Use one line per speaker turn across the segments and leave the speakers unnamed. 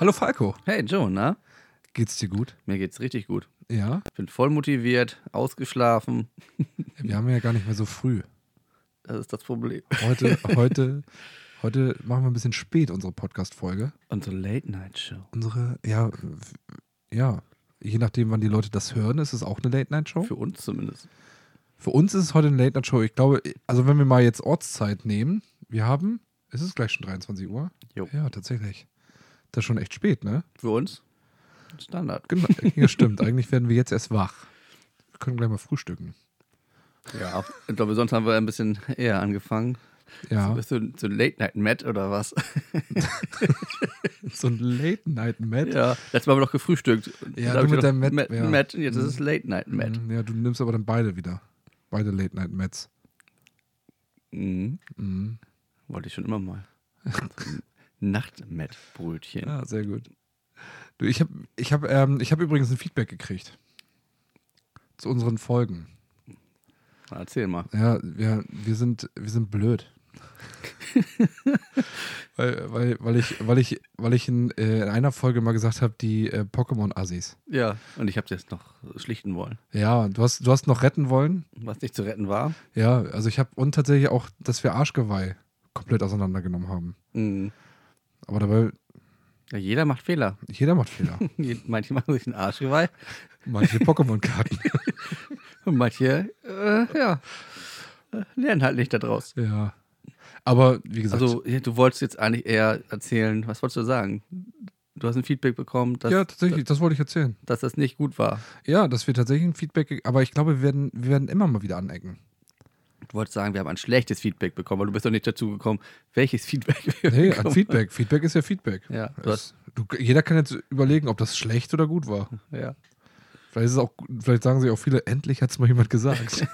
Hallo Falco,
Hey Joe, na?
geht's dir gut?
Mir geht's richtig gut.
Ja,
Ich bin voll motiviert, ausgeschlafen.
wir haben ja gar nicht mehr so früh.
Das ist das Problem.
Heute, heute, heute machen wir ein bisschen spät unsere Podcast-Folge.
Unsere Late-Night-Show.
Unsere, ja, w- ja, je nachdem, wann die Leute das hören, ist es auch eine Late-Night-Show.
Für uns zumindest.
Für uns ist es heute eine Late-Night-Show. Ich glaube, also wenn wir mal jetzt Ortszeit nehmen, wir haben, ist es gleich schon 23 Uhr?
Jo.
Ja, tatsächlich. Das ist schon echt spät, ne?
Für uns? Standard.
Genau, ja, stimmt. Eigentlich werden wir jetzt erst wach. Wir können gleich mal frühstücken.
Ja. Ich glaube, sonst haben wir ein bisschen eher angefangen.
Ja.
Bist du zu Late-Night-Matt oder was?
So ein Late-Night-Mat.
ja. Letztes Mal haben wir doch gefrühstückt.
Ja,
Da
du
hab ich
mit
doch
deinem Matt,
Matt,
ja.
Matt. Jetzt ist es Late-Night-Matt.
Mhm, Ja, du nimmst aber dann beide wieder. Beide Late-Night-Mats.
Mhm.
Mhm.
Wollte ich schon immer mal. Nacht-Matt-Brötchen.
Ja, Ah, sehr gut. Du, ich habe ich hab, ähm, ich hab übrigens ein Feedback gekriegt. Zu unseren Folgen.
Na, Erzähl mal.
Ja, wir, wir, sind, wir sind blöd. weil, weil, weil ich, weil ich, weil ich in, äh, in einer Folge mal gesagt habe, die äh, Pokémon-Assis.
Ja. Und ich habe jetzt noch schlichten wollen.
Ja, du hast, du hast noch retten wollen.
Was nicht zu retten war.
Ja, also ich habe und tatsächlich auch, dass wir Arschgeweih komplett auseinandergenommen haben.
Mhm.
Aber dabei,
Ja, jeder macht Fehler.
jeder macht Fehler.
Je- Manche machen sich einen Arschgeweih
Manche Pokémon-Karten.
und manche, äh, ja, äh, lernen halt nicht daraus.
ja. Aber wie gesagt,
Also, ja, du wolltest jetzt eigentlich eher erzählen, was wolltest du sagen? Du hast ein Feedback bekommen, dass,
ja, tatsächlich, das wollte ich erzählen.
dass das nicht gut war.
Ja, dass wir tatsächlich ein Feedback, aber ich glaube, wir werden, wir werden immer mal wieder anecken.
Du wolltest sagen, wir haben ein schlechtes Feedback bekommen, weil du bist doch nicht dazu gekommen, welches Feedback wir
Nee, also
bekommen
ein Feedback. Feedback ist ja Feedback.
Ja, du
Es- du, jeder kann jetzt überlegen, ob das schlecht oder gut war.
Ja.
Vielleicht, ist es auch, gut- vielleicht sagen sich auch viele, endlich hat es mal jemand gesagt.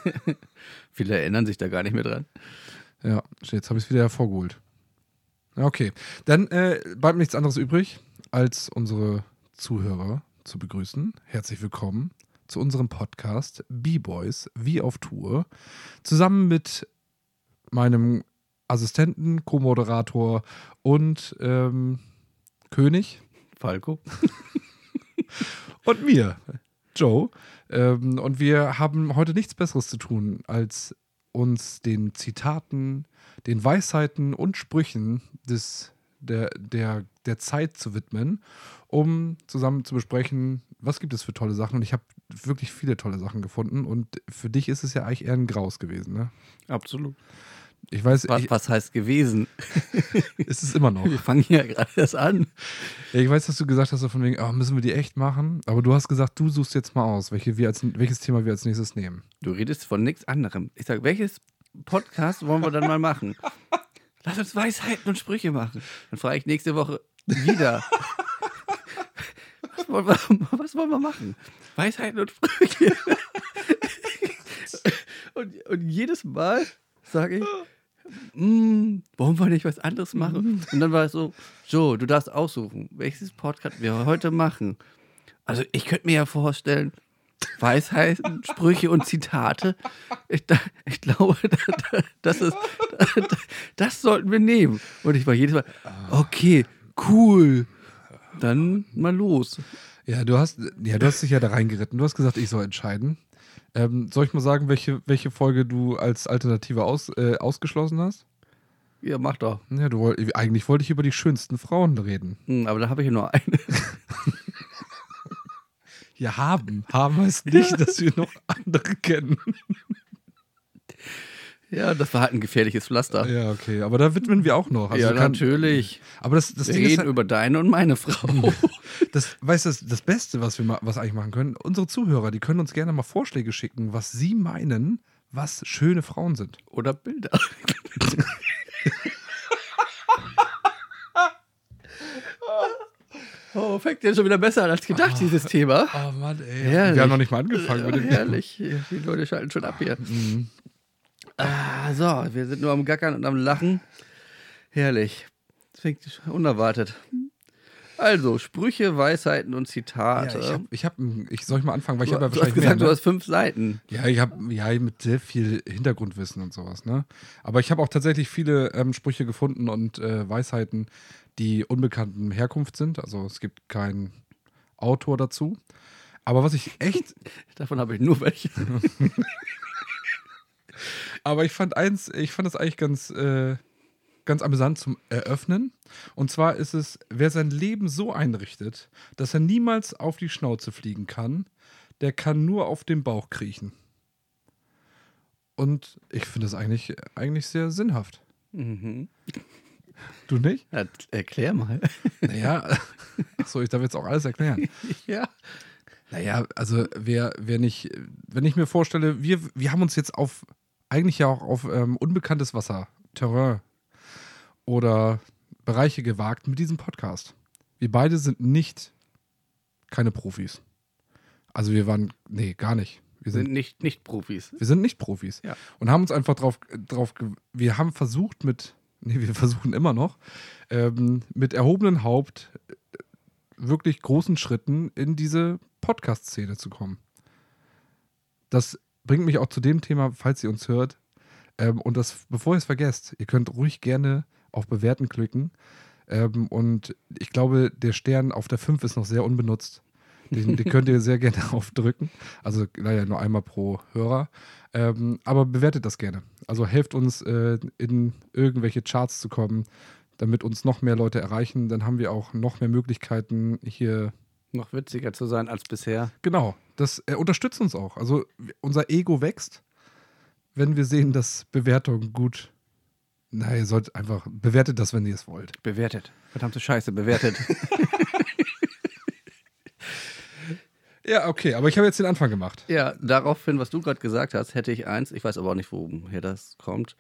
Viele erinnern sich da gar nicht mehr dran.
ja, jetzt habe ich es wieder hervorgeholt. Ja, Okay, dann äh, bleibt mir nichts anderes übrig, als unsere Zuhörer zu begrüßen. Herzlich willkommen zu unserem Podcast B-Boys wie auf Tour. Zusammen mit meinem Assistenten, Co-Moderator und ähm, König
Falco?
und mir, Joe. Ähm, und wir haben heute nichts Besseres zu tun, als uns den Zitaten, den Weisheiten und Sprüchen des, der, der, der Zeit zu widmen, um zusammen zu besprechen, was gibt es für tolle Sachen. Und ich habe wirklich viele tolle Sachen gefunden. Und für dich ist es ja eigentlich eher ein Graus gewesen. Ne?
Absolut.
Ich weiß,
Was,
ich,
was heißt gewesen?
ist es immer noch.
Wir fangen ja gerade erst an.
Ja, ich weiß, dass du gesagt hast, so von wegen, ah, müssen wir die echt machen. Aber du hast gesagt, du suchst jetzt mal aus, welche wir als, welches Thema wir als nächstes nehmen.
Du redest von nichts anderem. Ich sage, welches Podcast wollen wir dann mal machen? Lass uns Weisheiten und Sprüche machen. Dann frage ich nächste Woche wieder. Was wollen, wir, was wollen wir machen? Weisheiten und Sprüche. Und, und jedes Mal sage ich, "Mm, wollen wir nicht was anderes machen? Und dann war es so, so, du darfst aussuchen, welches Podcast wir heute machen. Also ich könnte mir ja vorstellen, Weisheiten, Sprüche und Zitate. Ich, da, ich glaube, da, da, das, ist, da, da, das sollten wir nehmen. Und ich war jedes Mal, okay, cool. Dann mal los.
Ja, du hast, ja, du hast dich ja da reingeritten. Du hast gesagt, ich soll entscheiden. Ähm, soll ich mal sagen, welche, welche Folge du als Alternative aus, äh, ausgeschlossen hast?
Ja, mach doch.
Ja, du woll, eigentlich wollte ich über die schönsten Frauen reden.
Hm, aber da habe ich ja nur eine.
Ja, haben. Haben heißt nicht, dass wir noch andere kennen.
Ja, das war halt ein gefährliches Pflaster. Ja,
Ja, okay. Aber da widmen wir auch noch. Also kann-
natürlich.
Aber das, das
Wir
Ding ist,
reden
halt- Hm.
über deine und meine Frau.
das, weißt du, das, das Beste, was wir ma was eigentlich machen können, unsere Zuhörer, die können uns gerne mal Vorschläge schicken, was sie meinen, was schöne Frauen sind.
Oder Bilder. oh, fängt ja schon wieder besser an als gedacht, dieses Thema.
Oh Mann, ey.
Herrlich. Äh,
Wir haben noch nicht mal angefangen mit dem
Herrlich, die Leute schalten schon ab hier.
Mhm.
Ah, so, wir sind nur am Gackern und am Lachen. Herrlich. Das fängt unerwartet. Also, Sprüche, Weisheiten und Zitate.
Ja, ich hab, ich hab, ich soll ich mal anfangen, weil ich
du,
habe ja
du hast
wahrscheinlich mehr,
gesagt, du
ne?
hast fünf Seiten.
Ja, ich habe ja mit sehr viel Hintergrundwissen und sowas, ne? Aber ich habe auch tatsächlich viele ähm, Sprüche gefunden und äh, Weisheiten, die unbekannten Herkunft sind. Also es gibt keinen Autor dazu. Aber was ich echt,
Davon habe ich nur welche.
aber ich fand eins, ich fand das eigentlich ganz, äh, ganz amüsant zum Eröffnen. Und zwar ist es, wer sein Leben so einrichtet, dass er niemals auf die Schnauze fliegen kann, der kann nur auf den Bauch kriechen. Und ich finde das eigentlich, eigentlich sehr sinnhaft.
Mhm.
Du nicht?
Ja, erklär mal.
Naja, achso, ich darf jetzt auch alles erklären.
ja.
Naja, also wer, wer nicht, wenn ich mir vorstelle, wir, wir haben uns jetzt auf eigentlich ja auch auf ähm, unbekanntes Wasser, Terrain oder Bereiche gewagt mit diesem Podcast. Wir beide sind nicht keine Profis. Also wir waren, nee, gar nicht. Wir sind,
Sind nicht, nicht Profis.
wir sind nicht Profis.
Ja.
Und haben uns einfach drauf, drauf, ge- wir haben versucht mit, nee, wir versuchen immer noch, ähm, mit erhobenem Haupt äh, wirklich großen Schritten in diese Podcast-Szene zu kommen. Das bringt mich auch zu dem Thema, falls ihr uns hört. Ähm, und das, bevor ihr es vergesst, ihr könnt ruhig gerne auf Bewerten klicken. Ähm, und ich glaube, der Stern auf der 5 ist noch sehr unbenutzt. Den, den könnt ihr sehr gerne aufdrücken. Also, naja, nur einmal pro Hörer. Ähm, aber bewertet das gerne. Also helft uns, äh, in irgendwelche Charts zu kommen, damit uns noch mehr Leute erreichen. Dann haben wir auch noch mehr Möglichkeiten hier.
Noch witziger zu sein als bisher.
Genau, das äh, unterstützt uns auch. Also unser Ego wächst, wenn wir sehen, dass Bewertungen gut. Na, ihr sollt einfach, bewertet das, wenn ihr es wollt.
Bewertet. Verdammte Scheiße, bewertet.
Ja, okay, aber ich habe jetzt den Anfang gemacht.
ja, daraufhin, was du gerade gesagt hast, hätte ich eins. Ich weiß aber auch nicht, woher das kommt.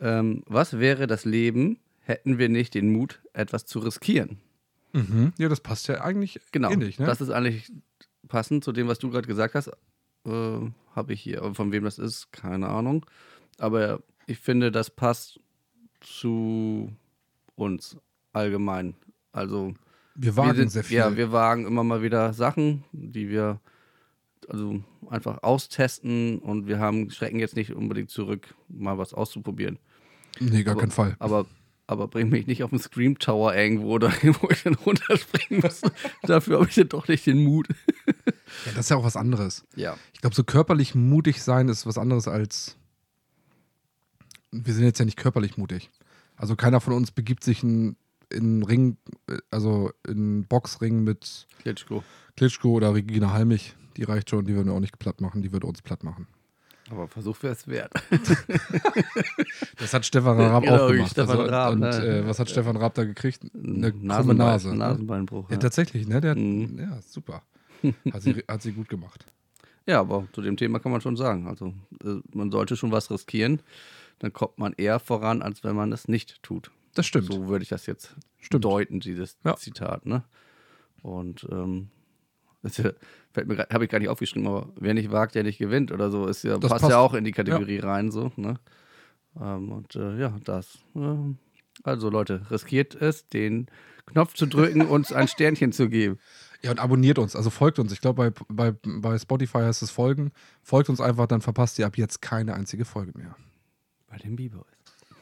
Ähm, was wäre das Leben, hätten wir nicht den Mut, etwas zu riskieren?
Mhm. Ja, das passt ja eigentlich
Genau.
ähnlich, ne?
Das ist eigentlich passend zu dem, was du gerade gesagt hast. Äh, Habe ich hier. Aber von wem das ist, keine Ahnung. Aber ich finde, das passt zu uns allgemein. Also,
wir wagen
wir sind,
sehr viel.
Ja, wir wagen immer mal wieder Sachen, die wir also einfach austesten und wir haben schrecken jetzt nicht unbedingt zurück, mal was auszuprobieren.
nee, gar
aber,
keinen Fall.
Aber aber bring mich nicht auf den Scream Tower irgendwo oder wo ich dann runterspringen muss. Dafür habe ich dann doch nicht den Mut.
Ja, das ist ja auch was anderes.
Ja.
Ich glaube, so körperlich mutig sein ist was anderes als. Wir sind jetzt ja nicht körperlich mutig. Also keiner von uns begibt sich in, in Ring, äh, also in Boxring mit
Klitschko.
Klitschko oder Regina Halmich. Die reicht schon, die würden wir auch nicht platt machen, die würde uns platt machen.
Aber Versuch wäre es wert.
Das hat Stefan Raab
Genau,
auch gemacht.
Stefan Raab,
und
ne?
äh, was hat Stefan Raab da gekriegt? Eine krumme
Nasenbein-
Nase. ne?
Nasenbeinbruch.
Ja,
Ja.
tatsächlich, ne? Der,
Mhm.
Ja, super. Hat sie, hat sie gut gemacht.
ja, aber zu dem Thema kann man schon sagen. Also äh, man sollte schon was riskieren. Dann kommt man eher voran, als wenn man es nicht tut.
Das stimmt.
So würde ich das jetzt
stimmt.
deuten, dieses
Ja.
Zitat. Ne? Und ähm, das fällt mir habe ich gar nicht aufgeschrieben, aber wer nicht wagt, der nicht gewinnt oder so, ist ja,
Das
passt,
passt.
ja auch in die Kategorie rein. So, ne? ähm, und äh, ja, das. ähm, also Leute, riskiert es, den Knopf zu drücken und ein Sternchen zu geben.
Ja, und abonniert uns, also folgt uns. Ich glaube, bei, bei, bei Spotify heißt es folgen. Folgt uns einfach, dann verpasst ihr ab jetzt keine einzige Folge mehr.
Bei den Bieber.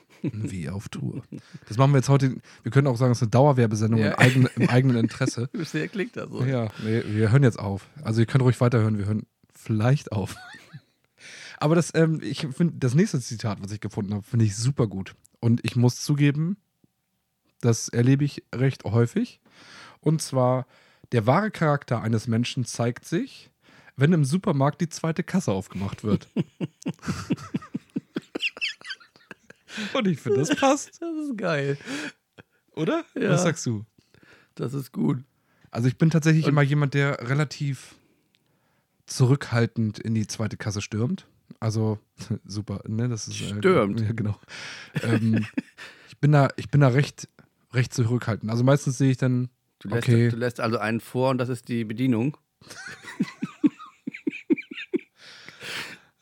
Wie auf Tour. Das machen wir jetzt heute. Wir können auch sagen, es ist eine Dauerwerbesendung
Ja.
im, eigenen, im eigenen Interesse.
Bisher klingt das so.
Ja, nee, wir hören jetzt auf. Also, ihr könnt ruhig weiterhören, wir hören vielleicht auf. Aber das, ähm, ich finde, das nächste Zitat, was ich gefunden habe, finde ich super gut. Und ich muss zugeben, das erlebe ich recht häufig. Und zwar, der wahre Charakter eines Menschen zeigt sich, wenn im Supermarkt die zweite Kasse aufgemacht wird. Und ich finde, das passt,
Das ist geil.
oder?
Ja.
Was sagst du?
Das ist gut.
Also ich bin tatsächlich
Und-
immer jemand, der relativ zurückhaltend in die zweite Kasse stürmt. Also super, ne? Das ist äh,
Stürmt.
Ja, genau. ähm, ich bin da, ich bin da recht, recht zurückhaltend. Also meistens sehe ich dann,
Du lässt,
Okay.
du lässt also einen vor und das ist die Bedienung.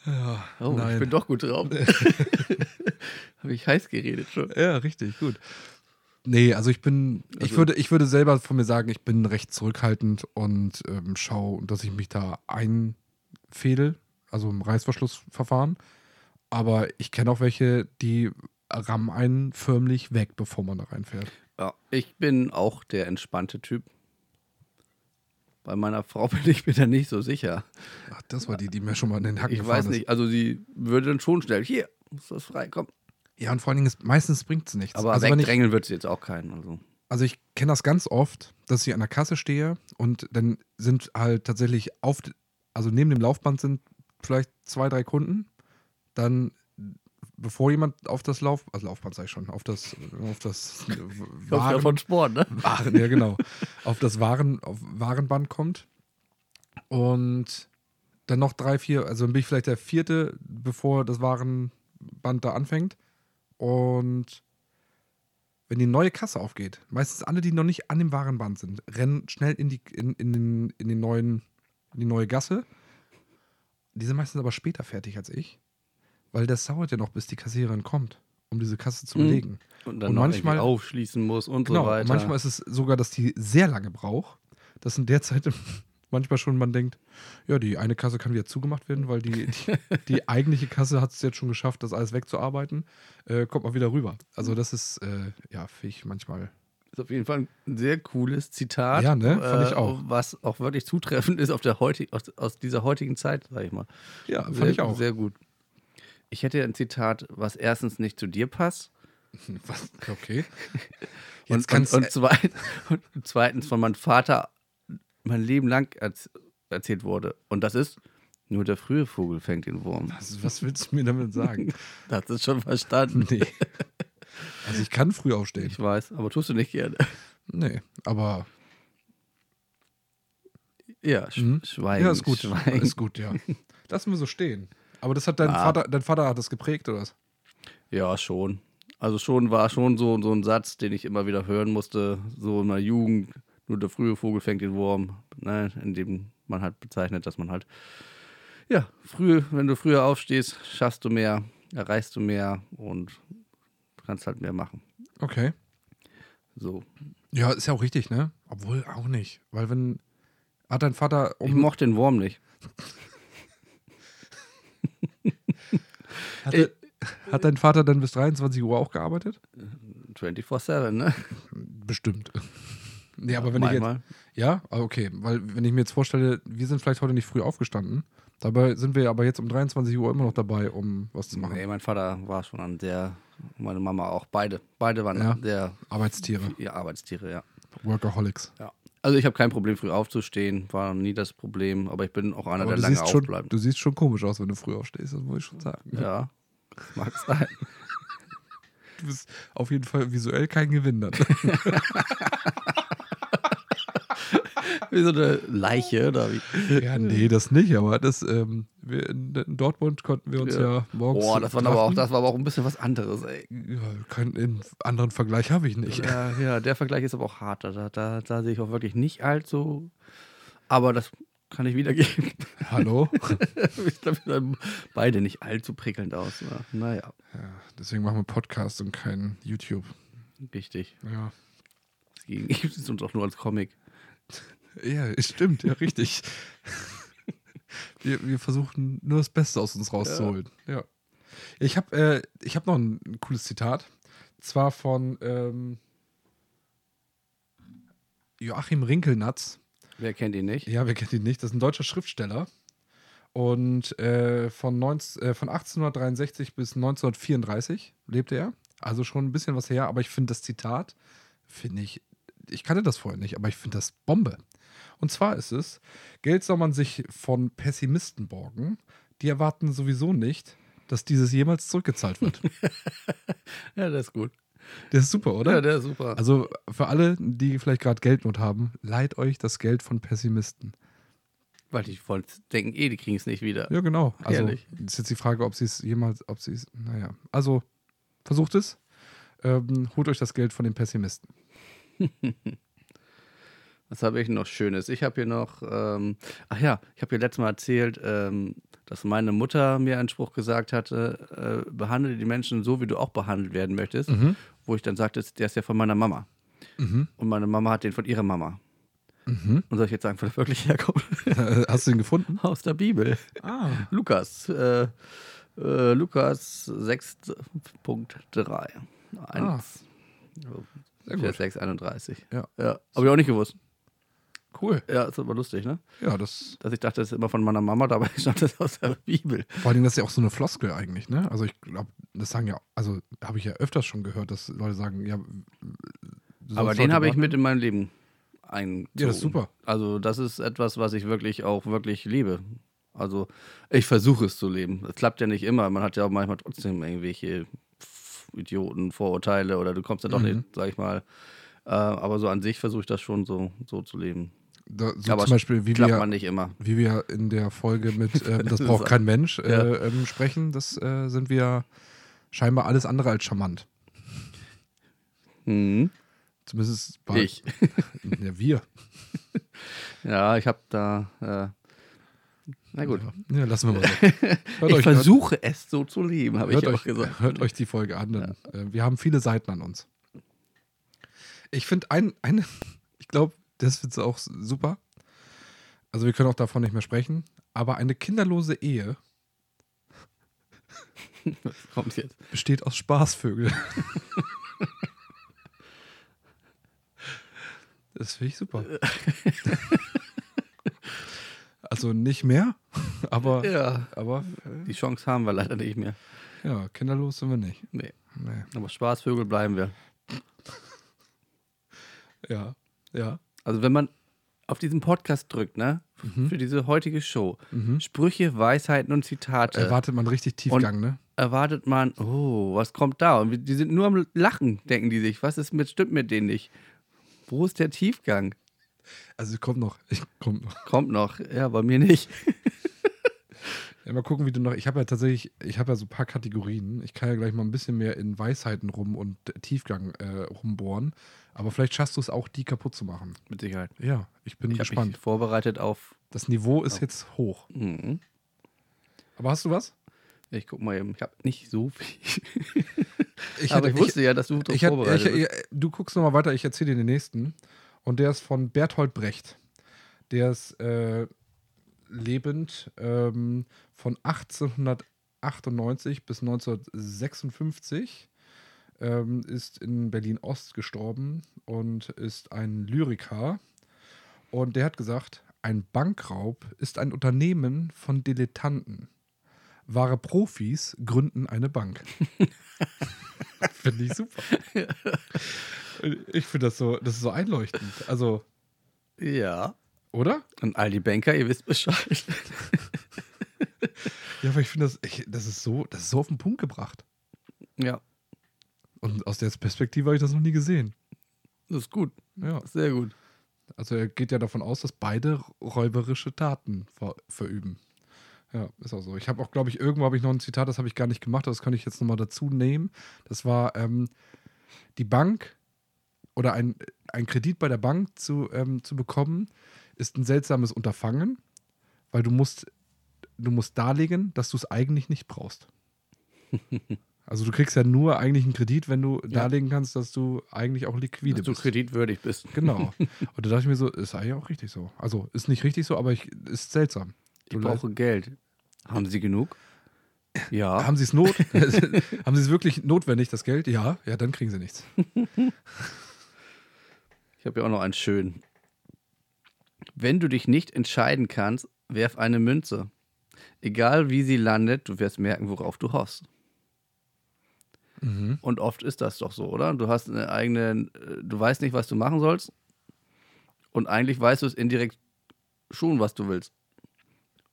ja,
Oh, ich
nein.
bin doch gut drauf. Habe ich heiß geredet schon.
ja, richtig, gut. Nee, also ich bin, ich
Also-
würde, ich würde selber von mir sagen, ich bin recht zurückhaltend und ähm, schaue, dass ich mich da einfädel, also im Reißverschlussverfahren. Aber ich kenne auch welche, die rammen einen förmlich weg, bevor man da reinfährt.
Ja, ich bin auch der entspannte Typ. Bei meiner Frau bin ich mir da nicht so sicher.
Ach, das war die, die mir schon mal in den Hacken
Ich weiß
gefahren
nicht, also sie würde dann schon schnell, hier, muss das frei, komm.
Ist. Ja, und vor allen Dingen, ist, meistens bringt es nichts.
Aber
also, wenn ich,
wegdrängeln wird sie jetzt auch keinen. Also.
also ich kenne das ganz oft, dass ich an der Kasse stehe und dann sind halt tatsächlich auf, also neben dem Laufband sind vielleicht zwei, drei Kunden. Dann, bevor jemand auf das Lauf, also Laufband sei schon, auf das, auf das Waren,
Sport, ne?
Waren, ja genau, auf das Waren, auf Warenband kommt. Und dann noch drei, vier, also dann bin ich vielleicht der vierte, bevor das Warenband da anfängt. Und wenn die neue Kasse aufgeht, meistens alle, die noch nicht an dem Warenband sind, rennen schnell in die, in, in den, in den neuen, in die neue Gasse. Die sind meistens aber später fertig als ich, weil das dauert ja noch, bis die Kassiererin kommt, um diese Kasse zu
Mhm.
belegen.
Und dann
Und
noch
manchmal-
manchmal aufschließen muss und
Genau,
so weiter.
manchmal ist es sogar, dass die sehr lange braucht. Das sind derzeit manchmal schon, man denkt, ja, die eine Kasse kann wieder zugemacht werden, weil die, die, die eigentliche Kasse hat es jetzt schon geschafft, das alles wegzuarbeiten. Äh, kommt mal wieder rüber. Also, das ist, äh, ja, fähig manchmal.
Ist auf jeden Fall ein sehr cooles Zitat. äh,
Ja, ne? Fand ich auch.
Was auch wirklich zutreffend ist auf der heutig, aus, aus dieser heutigen Zeit, sag ich mal.
Ja, fand
sehr,
ich auch.
Sehr gut. Ich hätte ein Zitat, was erstens nicht zu dir passt
Was? Okay. Jetzt äh,
und, und,
kannst
und, zweit, und zweitens von meinem Vater mein Leben lang erz, erzählt wurde. Und das ist, nur der frühe Vogel fängt den Wurm.
was, was willst du mir damit sagen?
Das ist schon verstanden.
nee. Also, ich kann früh aufstehen.
Ich weiß, aber tust du nicht gerne.
Nee, aber.
Ja, sch
Mhm.
schweigen.
ja, ist gut.
Schweigen.
Ist gut, ja. Lassen wir so stehen. Aber das hat dein
Ah.
Vater, dein Vater hat das geprägt, oder was?
Ja, schon. Also schon war schon so, so ein Satz, den ich immer wieder hören musste, so in meiner Jugend, nur der frühe Vogel fängt den Wurm, ne, in dem man halt bezeichnet, dass man halt, ja, früh, wenn du früher aufstehst, schaffst du mehr, erreichst du mehr und kannst halt mehr machen.
Okay.
So.
Ja, ist ja auch richtig, ne? Obwohl auch nicht. Weil wenn. Hat dein Vater
Ich
um.
mochte den Wurm nicht.
Hatte, äh, hat dein Vater dann bis 23 Uhr auch gearbeitet?
24-7, ne?
Bestimmt. Nee, aber wenn ich jetzt.
Manchmal.
Ja, Ah, okay. Weil wenn ich mir jetzt vorstelle, wir sind vielleicht heute nicht früh aufgestanden. Dabei sind wir aber jetzt um 23 Uhr immer noch dabei, um was zu machen.
Nee, mein Vater war schon an der, meine Mama auch, beide. Beide waren
Ja.
an der
Arbeitstiere,
ihr Arbeitstiere, ja.
Workaholics.
Ja. Also ich habe kein Problem, früh aufzustehen, war nie das Problem, aber ich bin auch einer,
Aber
der
du
lange
siehst, schon,
aufbleibt.
du siehst schon komisch aus, wenn du früh aufstehst, das muss ich schon sagen.
Ja, mag sein.
Du bist auf jeden Fall visuell kein Gewinner.
Wie so eine Leiche oder wie.
Ja, nee, das nicht, aber das, ähm, wir in, in Dortmund konnten wir uns ja,
Ja.
morgens.
Boah, das, waren aber auch,
treffen.
das war aber auch ein bisschen was anderes, ey.
Ja, keinen in- anderen Vergleich habe ich nicht.
Ja, ja, der Vergleich ist aber auch hart. Da, da, da, da sehe ich auch wirklich nicht allzu. Aber das kann ich wiedergeben.
Hallo?
ich glaube, wir sahen beide nicht allzu prickelnd aus. Ne? Naja,
Ja, deswegen machen wir Podcast und kein YouTube.
richtig.
Ja.
Deswegen gibt es uns auch nur als Comic.
Ja, es stimmt, ja, richtig. Wir, wir versuchen nur das Beste aus uns rauszuholen. Ja. Ich habe äh, ich hab noch ein, ein cooles Zitat. Zwar von ähm, Joachim Rinkelnatz.
Wer kennt ihn nicht?
Ja, wir kennen ihn nicht. Das ist ein deutscher Schriftsteller. Und äh, von, 19, äh, von 1863 bis 1934 lebte er. Also schon ein bisschen was her. Aber ich finde das Zitat, finde ich, ich kannte das vorher nicht, aber ich finde das Bombe. Und zwar ist es, Geld soll man sich von Pessimisten borgen. Die erwarten sowieso nicht, dass dieses jemals zurückgezahlt wird.
Ja, der ist gut.
Der ist super,
Ja,
oder?
der ist super.
Also für alle, die vielleicht gerade Geldnot haben, leiht euch das Geld von Pessimisten.
Weil die wollen- denken eh, die kriegen es nicht wieder.
Ja, genau. Also
Ehrlich.
ist jetzt die Frage, ob sie es jemals, ob sie es, naja. Also versucht es. Ähm, holt euch das Geld von den Pessimisten.
Was habe ich noch Schönes? Ich habe hier noch, ähm, ach ja, ich habe hier letztes Mal erzählt, ähm, dass meine Mutter mir einen Spruch gesagt hatte, äh, behandle die Menschen so, wie du auch behandelt werden möchtest. Wo ich dann sagte, der ist ja von meiner Mama.
Mhm.
Und meine Mama hat den von ihrer Mama.
Mhm.
Und soll ich jetzt sagen, wo der wirklich herkommt?
Äh, Hast du ihn gefunden?
Aus der Bibel.
Ah.
Lukas, äh, Äh, Lukas 6.3.
Ah,
Eins. So,
Sehr
für
gut.
6,31.
Ja.
ja. Habe ich auch nicht gewusst.
cool.
Ja, ist aber lustig, ne?
Ja, das.
Dass ich dachte, das ist immer von meiner Mama, dabei stammt das aus der Bibel.
Vor allem, das ist ja auch so eine Floskel eigentlich, ne? Also ich glaube, das sagen ja, also habe ich ja öfters schon gehört, dass Leute sagen, ja. so
aber den
sollte
habe ich
man-
mit in mein Leben eingezogen.
Ja, das ist super.
Also, das ist etwas, was ich wirklich auch wirklich liebe. Also, ich versuche es zu leben. Das klappt ja nicht immer. Man hat ja auch manchmal trotzdem irgendwelche Pf- Idioten, Vorurteile oder du kommst ja
Mhm.
doch nicht, sag ich mal. Äh, aber so an sich versuche ich das schon so, so zu leben.
Da, so
aber
zum Beispiel, wie
klappt
wir,
man nicht immer.
wie wir in der Folge mit ähm, Das braucht kein Mensch äh,
Ja.
ähm, sprechen, das äh, sind wir scheinbar alles andere als charmant.
Mhm.
Zumindest bei
Ich.
Ja, wir.
Ja, ich habe da. Äh, na gut.
Ja, lassen wir mal so. Hört
Ich
euch-
versuche es so zu leben, habe ich
hört
ja auch
euch,
gesagt.
Hört euch die Folge an, denn äh, wir haben viele Seiten an uns. Ich finde ein, eine, ich glaube, das wird auch s- super. Also wir können auch davon nicht mehr sprechen, aber eine kinderlose Ehe
Kommt jetzt.
besteht aus Spaßvögeln. das finde ich super. also nicht mehr, aber,
Ja.
aber äh,
Die Chance haben wir leider nicht mehr.
ja, kinderlos sind wir nicht.
Nee.
Nee.
Aber Spaßvögel bleiben wir.
Ja, ja.
Also wenn man auf diesen Podcast drückt, ne?
Mhm.
Für diese heutige Show. Sprüche, Weisheiten und Zitate.
Erwartet man richtig Tiefgang, ne?
erwartet man, oh, was kommt da? Und wir- die sind nur am Lachen, denken die sich. Was ist mit, stimmt mit denen nicht? Wo ist der Tiefgang?
Also kommt noch, ich komm noch.
Kommt noch. Ja, bei mir nicht.
Ja, mal gucken, wie du noch. Ich habe ja tatsächlich, ich habe ja so ein paar Kategorien. Ich kann ja gleich mal ein bisschen mehr in Weisheiten rum und Tiefgang äh, rumbohren. Aber vielleicht schaffst du es auch, die kaputt zu machen.
Mit Sicherheit.
Ja, ich bin
Ich habe mich
gespannt.
vorbereitet auf.
Das Niveau ist jetzt hoch.
Mhm.
Aber hast du was?
Ich guck mal eben. Ich habe nicht so viel.
Ich
Aber
hätte-
ich wusste ja, dass du drauf
ich, hätte-
vorbereitet
ich, ich, Du guckst nochmal weiter, ich erzähle dir den nächsten. Und der ist von Berthold Brecht. Der ist äh, lebend ähm, von 1898 bis 1956. Ähm, ist in Berlin-Ost gestorben und ist ein Lyriker. Und der hat gesagt: Ein Bankraub ist ein Unternehmen von Dilettanten. Wahre Profis gründen eine Bank. Finde ich super. Ich finde das so, das ist so einleuchtend. Also,
bist. Ja.
oder?
Und all die Banker, ihr wisst Bescheid.
Ja, aber ich finde das, ich, das ist so, das ist so auf den Punkt gebracht.
ja,
Und aus der Perspektive habe ich das noch nie gesehen.
das ist gut.
Ja.
Das ist sehr gut.
Also er geht ja davon aus, dass beide räuberische Taten ver verüben. Ja, ist auch so. Ich habe auch, glaube ich, irgendwo habe ich noch ein Zitat, das habe ich gar nicht gemacht, aber das kann ich jetzt nochmal dazu nehmen. Das war ähm, die Bank oder ein, ein Kredit bei der Bank zu, ähm, zu bekommen, ist ein seltsames Unterfangen, weil du musst, du musst darlegen, dass du es eigentlich nicht brauchst. Also du kriegst ja nur eigentlich einen Kredit, wenn du darlegen kannst, dass du eigentlich auch liquide
Dass du
bist.
kreditwürdig bist.
Genau. Und da dachte ich mir so, ist eigentlich auch richtig so. Also ist nicht richtig so, aber ich, ist seltsam.
Ich
Du
brauche Geld. Haben Sie genug? Ja.
Haben Sie es not? haben Sie es wirklich notwendig, das Geld? Ja, ja, dann kriegen Sie nichts.
Ich habe ja auch noch einen schönen. Wenn du dich nicht entscheiden kannst, werf eine Münze. Egal wie sie landet, du wirst merken, worauf du hoffst.
Mhm.
Und oft ist das doch so, oder? Du hast eine eigene, äh, du weißt nicht, was du machen sollst. Und eigentlich weißt du es indirekt schon, was du willst.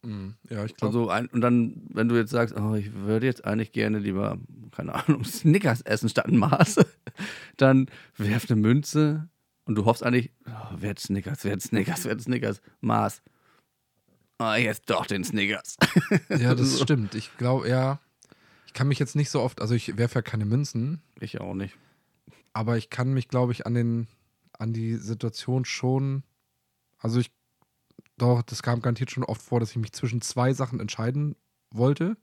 Mhm. Ja, ich glaube.
Also ein, und dann, wenn du jetzt sagst, oh, ich würde jetzt eigentlich gerne lieber, keine Ahnung, Snickers essen statt ein Maß, dann werf eine Münze und du hoffst eigentlich, oh, wird Snickers, wird Snickers, wird Snickers, Maß. Ah, jetzt doch den Snickers.
ja, das stimmt. Ich glaube, ja. Ich kann mich jetzt nicht so oft, also ich werfe ja keine Münzen,
Ich auch nicht.
aber ich kann mich, glaube ich, an den, an die Situation schon. Also ich, doch, das kam garantiert schon oft vor, dass ich mich zwischen zwei Sachen entscheiden wollte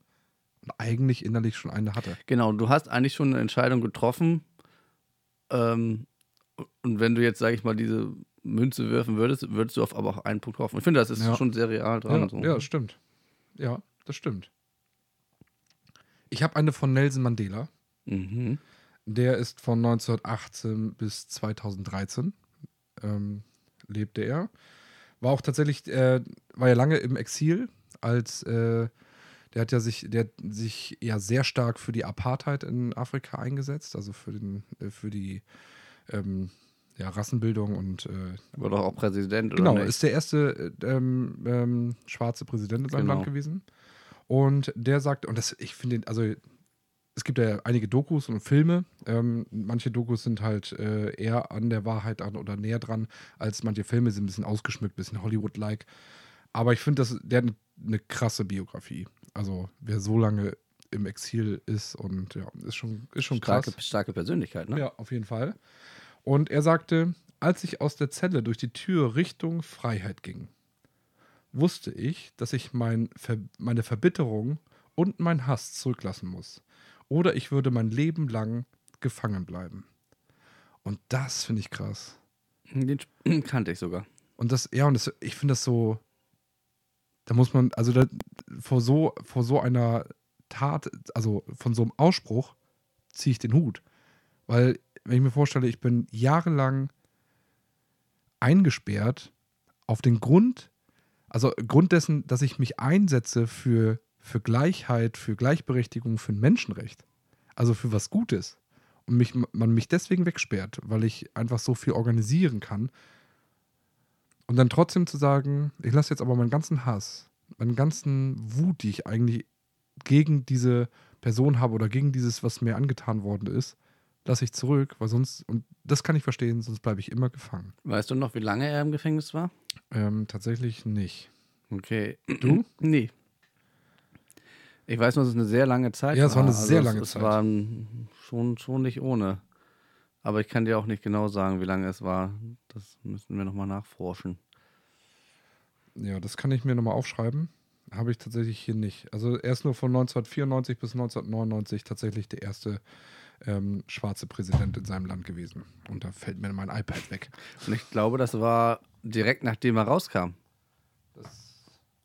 und eigentlich innerlich schon eine hatte.
Genau, du hast eigentlich schon eine Entscheidung getroffen. Ähm, und wenn du jetzt, sag ich mal, diese Münze werfen würdest, würdest du auf aber auch einen Punkt hoffen. Ich finde, das ist
Ja.
schon sehr real dran.
Ja,
so.
ja, das stimmt. Ja, das stimmt. Ich habe eine von Nelson Mandela.
Mhm.
Der ist von 1918 bis 2013 ähm, lebte er. War auch tatsächlich, äh, war ja lange im Exil, als äh, der hat ja sich, der hat sich ja sehr stark für die Apartheid in Afrika eingesetzt, also für den, äh, für die ähm, ja, Rassenbildung und äh,
War doch auch Präsident, oder?
Genau,
nicht?
ist der erste äh, ähm, ähm, schwarze Präsident in seinem
Genau.
Land gewesen. Und der sagt, und das, ich finde, den- also es gibt ja einige Dokus und Filme. Ähm, manche Dokus sind halt äh, eher an der Wahrheit an oder näher dran, als manche Filme sind ein bisschen ausgeschmückt, ein bisschen Hollywood-like. Aber ich finde, dass der hat eine, eine krasse Biografie. Also, wer so lange im Exil ist und ja, ist schon, ist schon krass.
starke, starke Persönlichkeit, ne?
Ja, auf jeden Fall. Und er sagte, als ich aus der Zelle durch die Tür Richtung Freiheit ging, wusste ich, dass ich mein Ver meine Verbitterung und meinen Hass zurücklassen muss. Oder ich würde mein Leben lang gefangen bleiben. Und das finde ich krass.
Den kannte ich sogar.
Und das, ja, und das, ich finde das so, da muss man, also da, vor, so, vor so einer Tat, also von so einem Ausspruch, ziehe ich den Hut. Weil, wenn ich mir vorstelle, ich bin jahrelang eingesperrt auf den Grund, also Grund dessen, dass ich mich einsetze für, für Gleichheit, für Gleichberechtigung, für ein Menschenrecht. Also für was Gutes. Und mich, man mich deswegen wegsperrt, weil ich einfach so viel organisieren kann und dann trotzdem zu sagen, ich lasse jetzt aber meinen ganzen Hass, meinen ganzen Wut, die ich eigentlich gegen diese Person habe oder gegen dieses, was mir angetan worden ist, lasse ich zurück, weil sonst, und das kann ich verstehen, sonst bleibe ich immer gefangen.
Weißt du noch, wie lange er im Gefängnis war?
Ähm, tatsächlich nicht.
Okay.
Du?
Nee. Ich weiß nur, dass es eine sehr lange Zeit war.
Ja, es war eine sehr
es-
lange
es
Zeit.
war schon, schon nicht ohne. Aber ich kann dir auch nicht genau sagen, wie lange es war. Das müssen wir nochmal nachforschen.
Ja, das kann ich mir nochmal aufschreiben. Habe ich tatsächlich hier nicht. Also erst nur von 1994 bis 1999 tatsächlich der erste ähm, schwarze Präsident in seinem Land gewesen. Und da fällt mir mein iPad weg.
Und ich glaube, das war direkt nachdem er rauskam.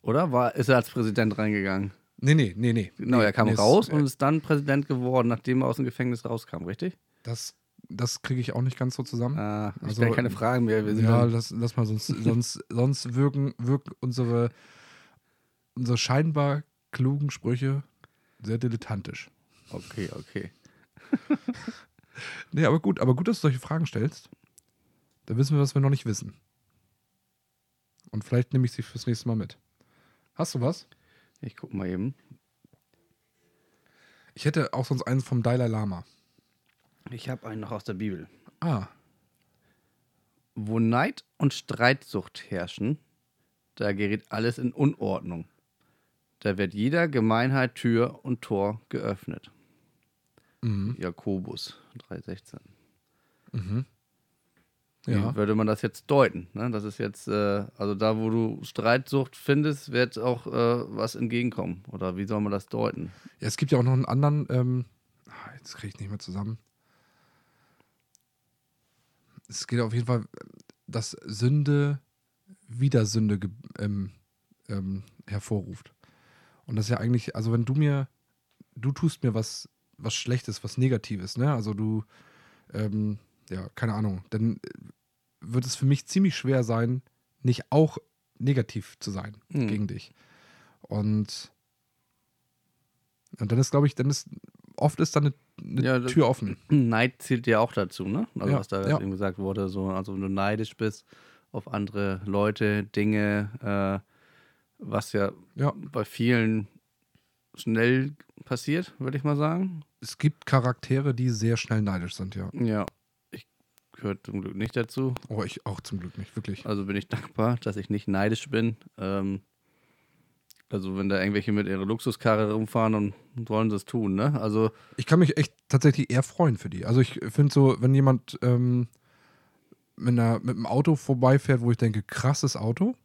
Oder? War, ist er als Präsident reingegangen?
Nee, nee, nee, nee.
Genau,
nee,
er kam
nee, es- äh
raus und ist dann Präsident geworden, nachdem er aus dem Gefängnis rauskam, richtig?
Das, das kriege ich auch nicht ganz so zusammen.
Ah, ich
Also,
stelle keine Fragen mehr. Wir sind
ja,
dann-
lass, lass mal, sonst, sonst, sonst wirken, wirken unsere, unsere scheinbar klugen Sprüche sehr dilettantisch.
okay, okay.
Nee, aber gut, aber gut, dass du solche Fragen stellst. Da wissen wir, was wir noch nicht wissen. Und vielleicht nehme ich sie fürs nächste Mal mit. Hast du was?
Ich guck mal eben.
Ich hätte auch sonst einen vom Dalai Lama.
Ich habe einen noch aus der Bibel.
Ah,
Wo Neid und Streitsucht herrschen, da gerät alles in Unordnung. Da wird jeder Gemeinheit Tür und Tor geöffnet.
mhm,
Jakobus 3,16.
mhm.
Wie würde man das jetzt deuten? Ne? Das ist jetzt, äh, also da, wo du Streitsucht findest, wird auch äh, was entgegenkommen. Oder wie soll man das deuten?
Ja, es gibt ja auch noch einen anderen, ähm, ah, jetzt kriege ich nicht mehr zusammen. Es geht auf jeden Fall, dass Sünde wieder Sünde ge- ähm, ähm, hervorruft. Und das ist ja eigentlich, also wenn du mir, du tust mir was, was Schlechtes, was Negatives, ne? Also du, ähm, ja, keine Ahnung, dann äh, wird es für mich ziemlich schwer sein, nicht auch negativ zu sein
Hm.
gegen dich. Und, und dann ist, glaube ich, dann ist, oft ist dann eine, eine
Ja, das-
Tür offen.
Neid zählt ja auch dazu, ne? Also
Ja,
was da
ja.
eben gesagt wurde, so, also wenn du neidisch bist auf andere Leute, Dinge, äh, was ja
Ja.
bei vielen schnell passiert, würde ich mal sagen.
Es gibt Charaktere, die sehr schnell neidisch sind, ja.
Ja, ich gehöre zum Glück nicht dazu.
Oh, ich auch zum Glück nicht, wirklich.
Also bin ich dankbar, dass ich nicht neidisch bin. Ähm, also wenn da irgendwelche mit ihrer Luxuskarre rumfahren und wollen das tun, ne? Also
Ich kann mich echt tatsächlich eher freuen für die. Also ich finde so, wenn jemand ähm, mit, einer, mit einem Auto vorbeifährt, wo ich denke, krasses Auto,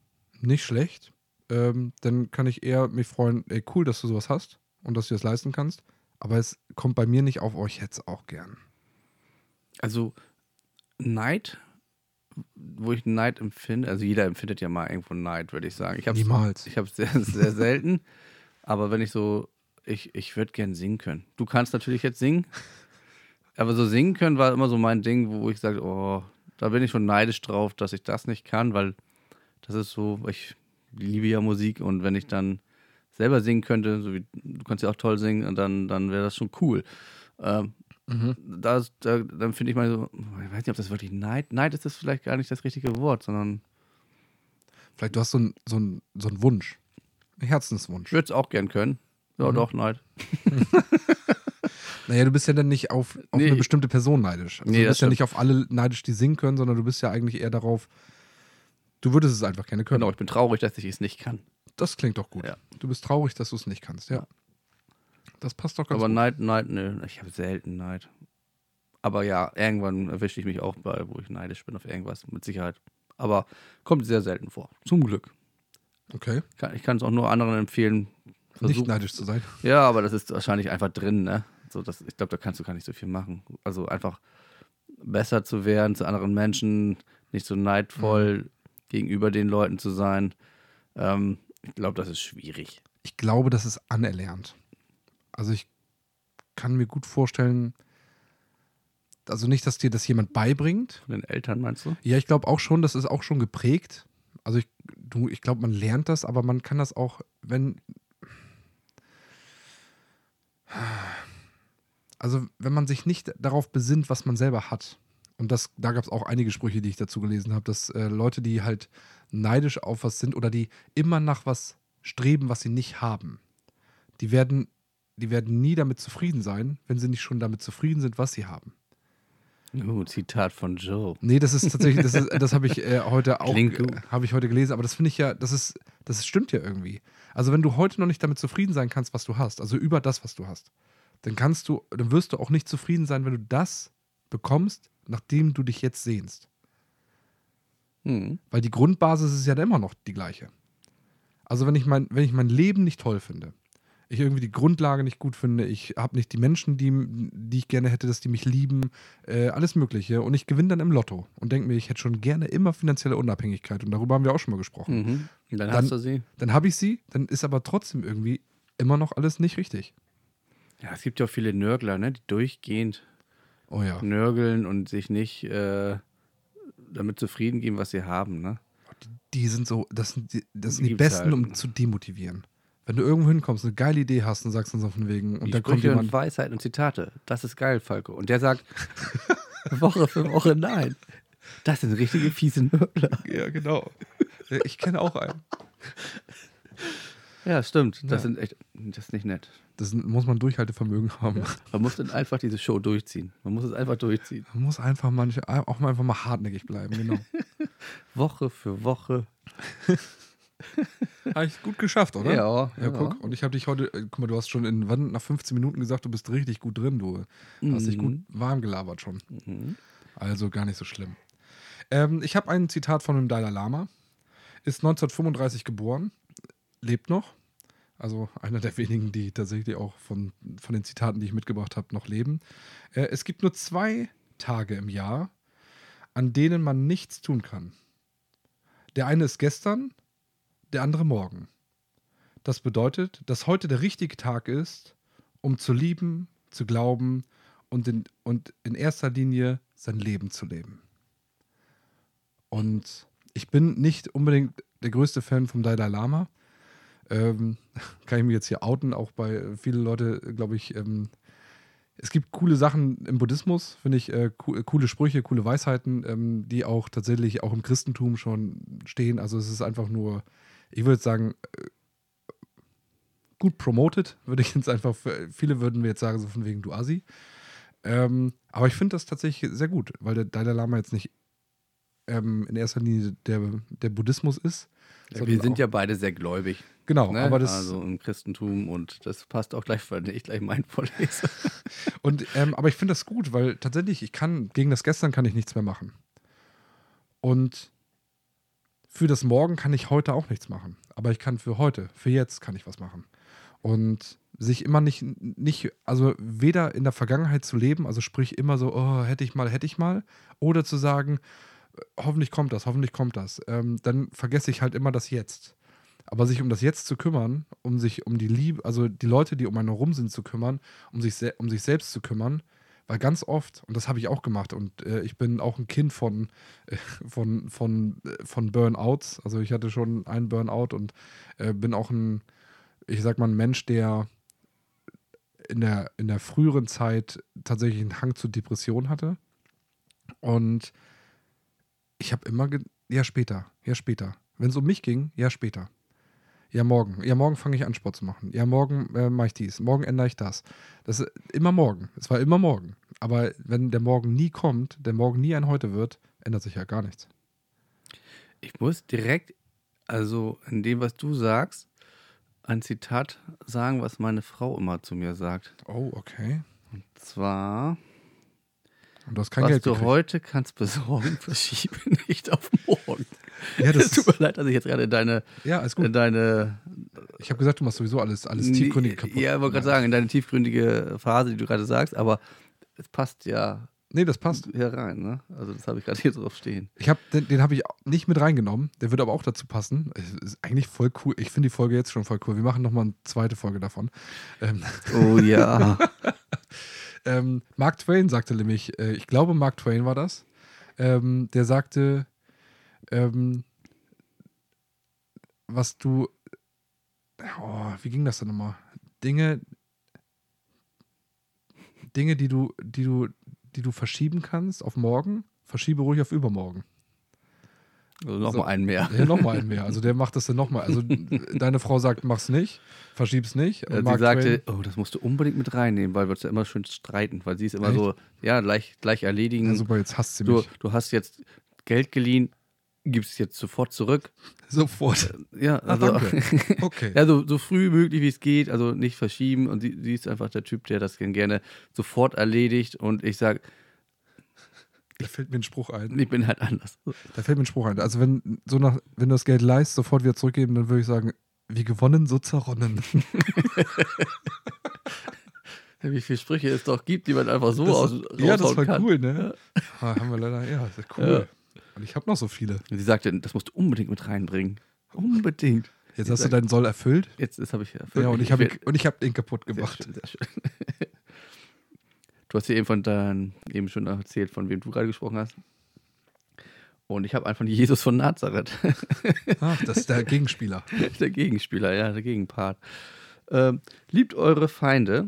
nicht schlecht, ähm, dann kann ich eher mich freuen, ey, cool, dass du sowas hast und dass du das leisten kannst. Aber es kommt bei mir nicht auf, oh, ich hätte es auch gern.
Also Neid, wo ich Neid empfinde, also jeder empfindet ja mal irgendwo Neid, würde ich sagen. Ich hab's,
Niemals.
Ich habe es sehr, sehr selten, aber wenn ich so Ich, ich würde gern singen können. Du kannst natürlich jetzt singen. Aber so singen können war immer so mein Ding, wo ich sage, oh, da bin ich schon neidisch drauf, dass ich das nicht kann, weil das ist so, ich liebe ja Musik und wenn ich dann selber singen könnte, so wie du kannst ja auch toll singen, und dann, dann wäre das schon cool. Ähm, das, da, dann finde ich mal so, ich weiß nicht, ob das wirklich Neid, Neid ist das vielleicht gar nicht das richtige Wort, sondern
Vielleicht du hast so einen so ein, so ein Wunsch. Ein Herzenswunsch.
ich würde es auch gern können. Mhm. Ja, doch, Neid.
Naja, du bist ja dann nicht auf, auf
Nee.
eine bestimmte Person neidisch. Also
Nee,
du
das
bist ja
stimmt.
nicht auf alle neidisch, die singen können, sondern du bist ja eigentlich eher darauf, du würdest es einfach gerne können.
Genau, ich bin traurig, dass ich es nicht kann.
Das klingt doch gut.
Ja.
Du bist traurig, dass du es nicht kannst, ja.
Ja.
Das passt doch ganz
Aber
gut.
Neid, Neid, nö, ich habe selten Neid. Aber ja, irgendwann erwische ich mich auch bei, wo ich neidisch bin auf irgendwas, mit Sicherheit. Aber kommt sehr selten vor. Zum Glück.
Okay.
Kann- Ich kann es auch nur anderen empfehlen.
Nicht
Versuch-
neidisch zu sein.
Ja, aber das ist wahrscheinlich einfach drin, ne? So, das, ich glaube, da kannst du gar nicht so viel machen. Also einfach besser zu werden zu anderen Menschen, nicht so neidvoll gegenüber den Leuten zu sein. Ähm, ich glaube, das ist schwierig.
Ich glaube, das ist anerlernt. Also ich kann mir gut vorstellen, also nicht, dass dir das jemand beibringt.
Von den Eltern meinst du?
Ja, ich glaube auch schon, das ist auch schon geprägt. Also ich, du, ich glaube, man lernt das, aber man kann das auch, wenn. Also wenn man sich nicht darauf besinnt, was man selber hat. Und das, da gab es auch einige Sprüche, die ich dazu gelesen habe, dass äh, Leute, die halt neidisch auf was sind oder die immer nach was streben, was sie nicht haben, die werden, die werden nie damit zufrieden sein, wenn sie nicht schon damit zufrieden sind, was sie haben.
Uh, Zitat von Joe.
Nee, das ist tatsächlich, das, ist, das habe ich äh, heute auch
Klingt gut.
habe ich heute gelesen, aber das finde ich ja, das ist, das stimmt ja irgendwie. Also wenn du heute noch nicht damit zufrieden sein kannst, was du hast, also über das, was du hast, dann kannst du, dann wirst du auch nicht zufrieden sein, wenn du das bekommst, nachdem du dich jetzt sehnst.
Hm.
Weil die Grundbasis ist ja dann immer noch die gleiche. Also wenn ich mein, wenn ich mein Leben nicht toll finde, ich irgendwie die Grundlage nicht gut finde, ich habe nicht die Menschen, die, die ich gerne hätte, dass die mich lieben, äh, alles Mögliche. Und ich gewinne dann im Lotto und denke mir, ich hätte schon gerne immer finanzielle Unabhängigkeit. Und darüber haben wir auch schon mal gesprochen.
Mhm. Und dann,
Dann-
hast du sie.
Dann habe ich sie, dann ist aber trotzdem irgendwie immer noch alles nicht richtig.
Ja, es gibt ja auch viele Nörgler, ne? die durchgehend
Oh ja,
Hm. nörgeln und sich nicht äh, damit zufrieden geben, was sie haben. Ne?
die sind so, das sind die, das sind die
Gibt's
Besten,
halt.
um zu demotivieren. Wenn du irgendwo hinkommst, eine geile Idee hast und sagst dann so von wegen, und
Die
dann kommt
Sprüche
jemand.
und Weisheiten und Zitate. Das ist geil, Falco. Und der sagt Woche für Woche nein. Das sind richtige fiese Nörgler.
Ja, genau. Ich kenne auch einen.
Ja, stimmt. Das
Ja.
sind echt, das ist nicht nett.
Das muss man Durchhaltevermögen haben.
Man muss dann einfach diese Show durchziehen. Man muss es einfach durchziehen.
Man muss einfach manche, auch mal einfach mal hartnäckig bleiben, genau.
Woche für Woche.
habe ich gut geschafft, oder?
Ja,
Ja, guck. Und ich habe dich heute, äh, guck mal, du hast schon in wann, nach 15 Minuten gesagt, du bist richtig gut drin, du. Hast dich gut warm gelabert schon.
Mhm.
Also gar nicht so schlimm. Ähm, ich habe ein Zitat von dem Dalai Lama. Ist 1935 geboren, lebt noch. Also einer der wenigen, die tatsächlich auch von, von den Zitaten, die ich mitgebracht habe, noch leben. Äh, es gibt nur zwei Tage im Jahr, an denen man nichts tun kann. Der eine ist gestern, der andere morgen. Das bedeutet, dass heute der richtige Tag ist, um zu lieben, zu glauben und in, und in erster Linie sein Leben zu leben. Und ich bin nicht unbedingt der größte Fan vom Dalai Lama. Ähm, kann ich mir jetzt hier outen, auch bei äh, viele Leute, glaube ich, ähm, es gibt coole Sachen im Buddhismus, finde ich, äh, co äh, coole Sprüche, coole Weisheiten, ähm, die auch tatsächlich auch im Christentum schon stehen. Also es ist einfach nur, ich würde sagen, äh, gut promoted, würde ich jetzt einfach, für, viele würden mir jetzt sagen, so von wegen du Assi. Ähm, aber ich finde das tatsächlich sehr gut, weil der Dalai Lama jetzt nicht ähm, in erster Linie der, der Buddhismus ist.
Ja,
sondern
wir sind
auch-
ja beide sehr gläubig.
Genau,
Ne?
aber das,
also im Christentum und das passt auch gleich, wenn ich gleich mein vorlese.
Und, ähm, aber ich finde das gut, weil tatsächlich, ich kann, gegen das Gestern kann ich nichts mehr machen. Und für das Morgen kann ich heute auch nichts machen. Aber ich kann für heute, für jetzt kann ich was machen. Und sich immer nicht, nicht, also weder in der Vergangenheit zu leben, also sprich immer so, oh, hätte ich mal, hätte ich mal, oder zu sagen, hoffentlich kommt das, hoffentlich kommt das. Ähm, dann vergesse ich halt immer das Jetzt. Aber sich um das Jetzt zu kümmern, um sich um die Liebe, also die Leute, die um einen herum sind, zu kümmern, um sich, se- um sich selbst zu kümmern, weil ganz oft, und das habe ich auch gemacht, und äh, ich bin auch ein Kind von, äh, von, von, äh, von Burnouts. Also ich hatte schon einen Burnout und äh, bin auch ein, ich sag mal, ein Mensch, der in der, in der früheren Zeit tatsächlich einen Hang zu Depression hatte. Und ich habe immer, ge ja später, ja später. Wenn es um mich ging, ja später. Ja morgen, ja morgen fange ich an Sport zu machen. Ja morgen äh, mache ich dies, morgen ändere ich das. Das ist immer morgen. Es war immer morgen. Aber wenn der Morgen nie kommt, der Morgen nie ein Heute wird, ändert sich ja gar nichts.
Ich muss direkt, also in dem, was du sagst, ein Zitat sagen, was meine Frau immer zu mir sagt.
Oh, okay.
Zwar,
Und du hast kein
was
Geld
du
gekriegt.
heute kannst besorgen, verschiebe nicht auf morgen.
Ja, das
es tut mir leid, dass ich jetzt gerade in deine,
ja, alles
in
gut.
deine
Ich habe gesagt, du machst sowieso alles, alles tiefgründig kaputt.
Ja, ich wollte gerade sagen, in deine tiefgründige Phase, die du gerade sagst, aber es passt ja
Nee, das passt.
hier rein, ne? Also das habe ich gerade hier drauf stehen.
Ich hab, den den habe ich nicht mit reingenommen. Der würde aber auch dazu passen. Es Ist eigentlich voll cool. Ich finde die Folge jetzt schon voll cool. Wir machen nochmal eine zweite Folge davon. Ähm,
Oh ja.
ähm, Mark Twain sagte nämlich, äh, ich glaube, Mark Twain war das. Ähm, der sagte, ähm, was du. Oh, wie ging das denn nochmal? Dinge. Dinge, die du, die du, die du verschieben kannst auf morgen, verschiebe ruhig auf übermorgen.
Also nochmal
So.
einen mehr.
Ja, nochmal einen mehr. Also der macht das dann nochmal. Also deine Frau sagt, mach's nicht, verschieb's nicht. Und
Ja, sie
Mark
sagte, oh, das musst du unbedingt mit reinnehmen, weil wir uns ja immer schön streiten, weil sie ist immer so, ja, gleich, gleich erledigen.
Twain, ja, super, jetzt hasst sie
ähm, du,
Also mich.
du hast jetzt Geld geliehen, gibst es jetzt sofort zurück.
Sofort.
Ja,
Ah,
also,
danke. Okay.
ja so, so früh möglich, wie es geht, also nicht verschieben. Und sie, sie ist einfach der Typ, der das gern gerne sofort erledigt. Und ich sage,
Da fällt mir ein Spruch ein.
ich bin halt anders.
Da fällt mir ein Spruch ein. Also wenn, so nach, wenn du das Geld leist, sofort wieder zurückgeben, dann würde ich sagen, wie gewonnen, so zerronnen.
Wie viele Sprüche es doch gibt, die man einfach so
Das-
aus
ja, das
raushauen
war
kann.
cool, ne? Ah, haben wir leider, ja, das ist cool. Und ich habe noch so viele.
Und sie sagte, das musst du unbedingt mit reinbringen. Unbedingt.
Jetzt hast du
sag-
deinen Soll erfüllt.
Jetzt das habe ich erfüllt.
Ja, und ich habe
werd-
und ich hab den kaputt
Sehr
gemacht.
schön, sehr schön. Du hast ja eben von deinem, eben schon erzählt, von wem du gerade gesprochen hast. Und ich habe einen von Jesus von Nazareth,
Ach, Ah, das ist der Gegenspieler.
der Gegenspieler, ja, der Gegenpart. Ähm, liebt eure Feinde,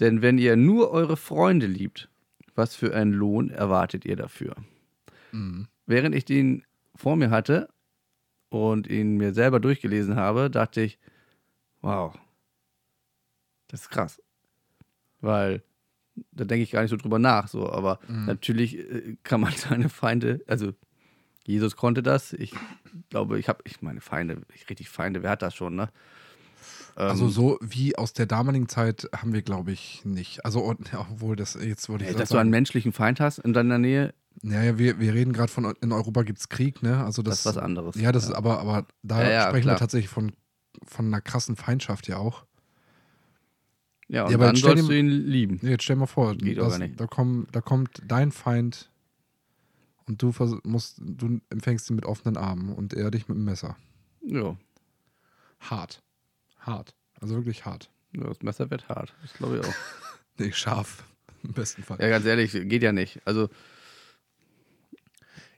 denn wenn ihr nur eure Freunde liebt, was für einen Lohn erwartet ihr dafür?
Mhm.
Während ich den vor mir hatte und ihn mir selber durchgelesen habe, dachte ich, wow, das ist krass. Weil da denke ich gar nicht so drüber nach, so, aber
Mhm.
natürlich äh, kann man seine Feinde, also Jesus konnte das. Ich glaube, ich habe, ich meine Feinde, ich richtig Feinde, wer hat das schon, ne? Ähm,
Also so wie aus der damaligen Zeit haben wir, glaube ich, nicht. Also und- ja, obwohl das jetzt würde ich
ey,
grad
dass du einen menschlichen Feind hast in deiner Nähe,
Naja, wir, wir reden gerade von in Europa gibt es Krieg, ne? Also das,
das, ist was anderes.
Ja, das ist aber, aber da
Ja, ja,
sprechen
klar.
wir tatsächlich von, von einer krassen Feindschaft ja auch.
ja, und
aber
dann
stell dir-
sollst du ihn lieben.
Nee, jetzt stell mal vor,
Geht
das,
aber nicht.
Da, komm, da kommt dein Feind und du vers- musst, du empfängst ihn mit offenen Armen und er dich mit dem Messer.
Ja,
Hart. Hart. Also wirklich hart.
das Messer wird hart. Das glaube ich auch.
Nee, scharf. Im besten Fall.
Ja, ganz ehrlich, geht ja nicht. Also,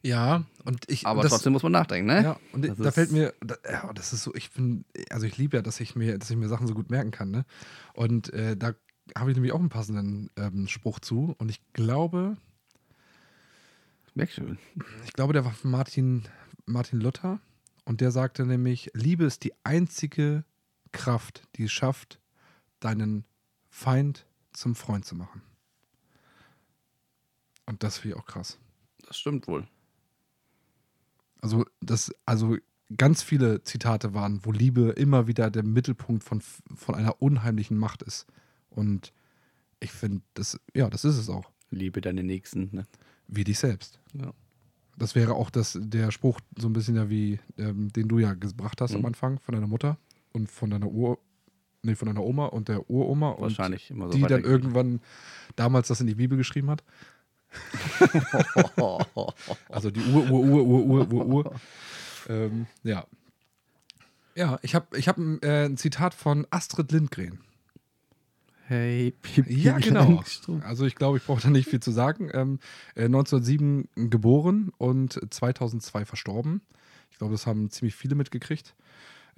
Ja, und ich.
aber
das-
trotzdem muss man nachdenken, ne?
Ja, und
Das
da
ist-
fällt mir, da, ja, das ist so, ich bin, also ich liebe ja, dass ich mir, dass ich mir Sachen so gut merken kann, ne? Und äh, da habe ich nämlich auch einen passenden ähm, Spruch zu. Und ich glaube,
Merk schon.
ich glaube, der war von Martin, Martin Luther. Und der sagte nämlich, Liebe ist die einzige Kraft, die es schafft, deinen Feind zum Freund zu machen. Und das finde ich auch krass.
Das stimmt wohl.
Also, das, also ganz viele Zitate waren, wo Liebe immer wieder der Mittelpunkt von, von einer unheimlichen Macht ist. Und ich finde, das, ja, das ist es auch.
Liebe deine Nächsten, ne?
Wie dich selbst.
Ja.
Das wäre auch das, der Spruch, so ein bisschen ja wie, ähm, den du ja gebracht hast am
Mhm.
Anfang von deiner Mutter und von deiner Ur, nee, von deiner Oma und der Uroma und
Wahrscheinlich immer so
die dann
weitergeht.
irgendwann damals das in die Bibel geschrieben hat. Also die Ur, Ur, Ur, Ur, Ur, Ur, Ur. ähm, ja. Ja, ich habe ich hab ein, äh, ein Zitat von Astrid Lindgren.
Hey, Pipi
Ja, genau.
Langstrumpf.
Also ich glaube, ich brauche da nicht viel zu sagen. Ähm, äh, 1907 geboren und 2002 verstorben. Ich glaube, das haben ziemlich viele mitgekriegt.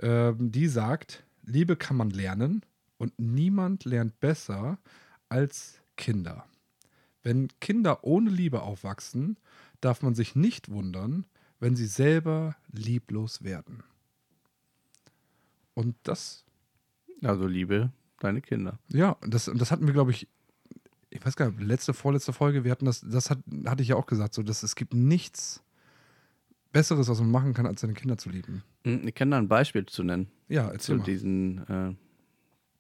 Ähm, die sagt, Liebe kann man lernen und niemand lernt besser als Kinder. Wenn Kinder ohne Liebe aufwachsen, darf man sich nicht wundern, wenn sie selber lieblos werden. Und das
Also liebe deine Kinder.
ja, das, das hatten wir, glaube ich, ich weiß gar nicht, letzte, vorletzte Folge, wir hatten das, das hat, hatte ich ja auch gesagt, so, dass es gibt nichts Besseres, was man machen kann, als seine Kinder zu lieben.
Hm, Ich kann da ein Beispiel zu nennen
Ja, erzähl
zu
mal.
diesem äh,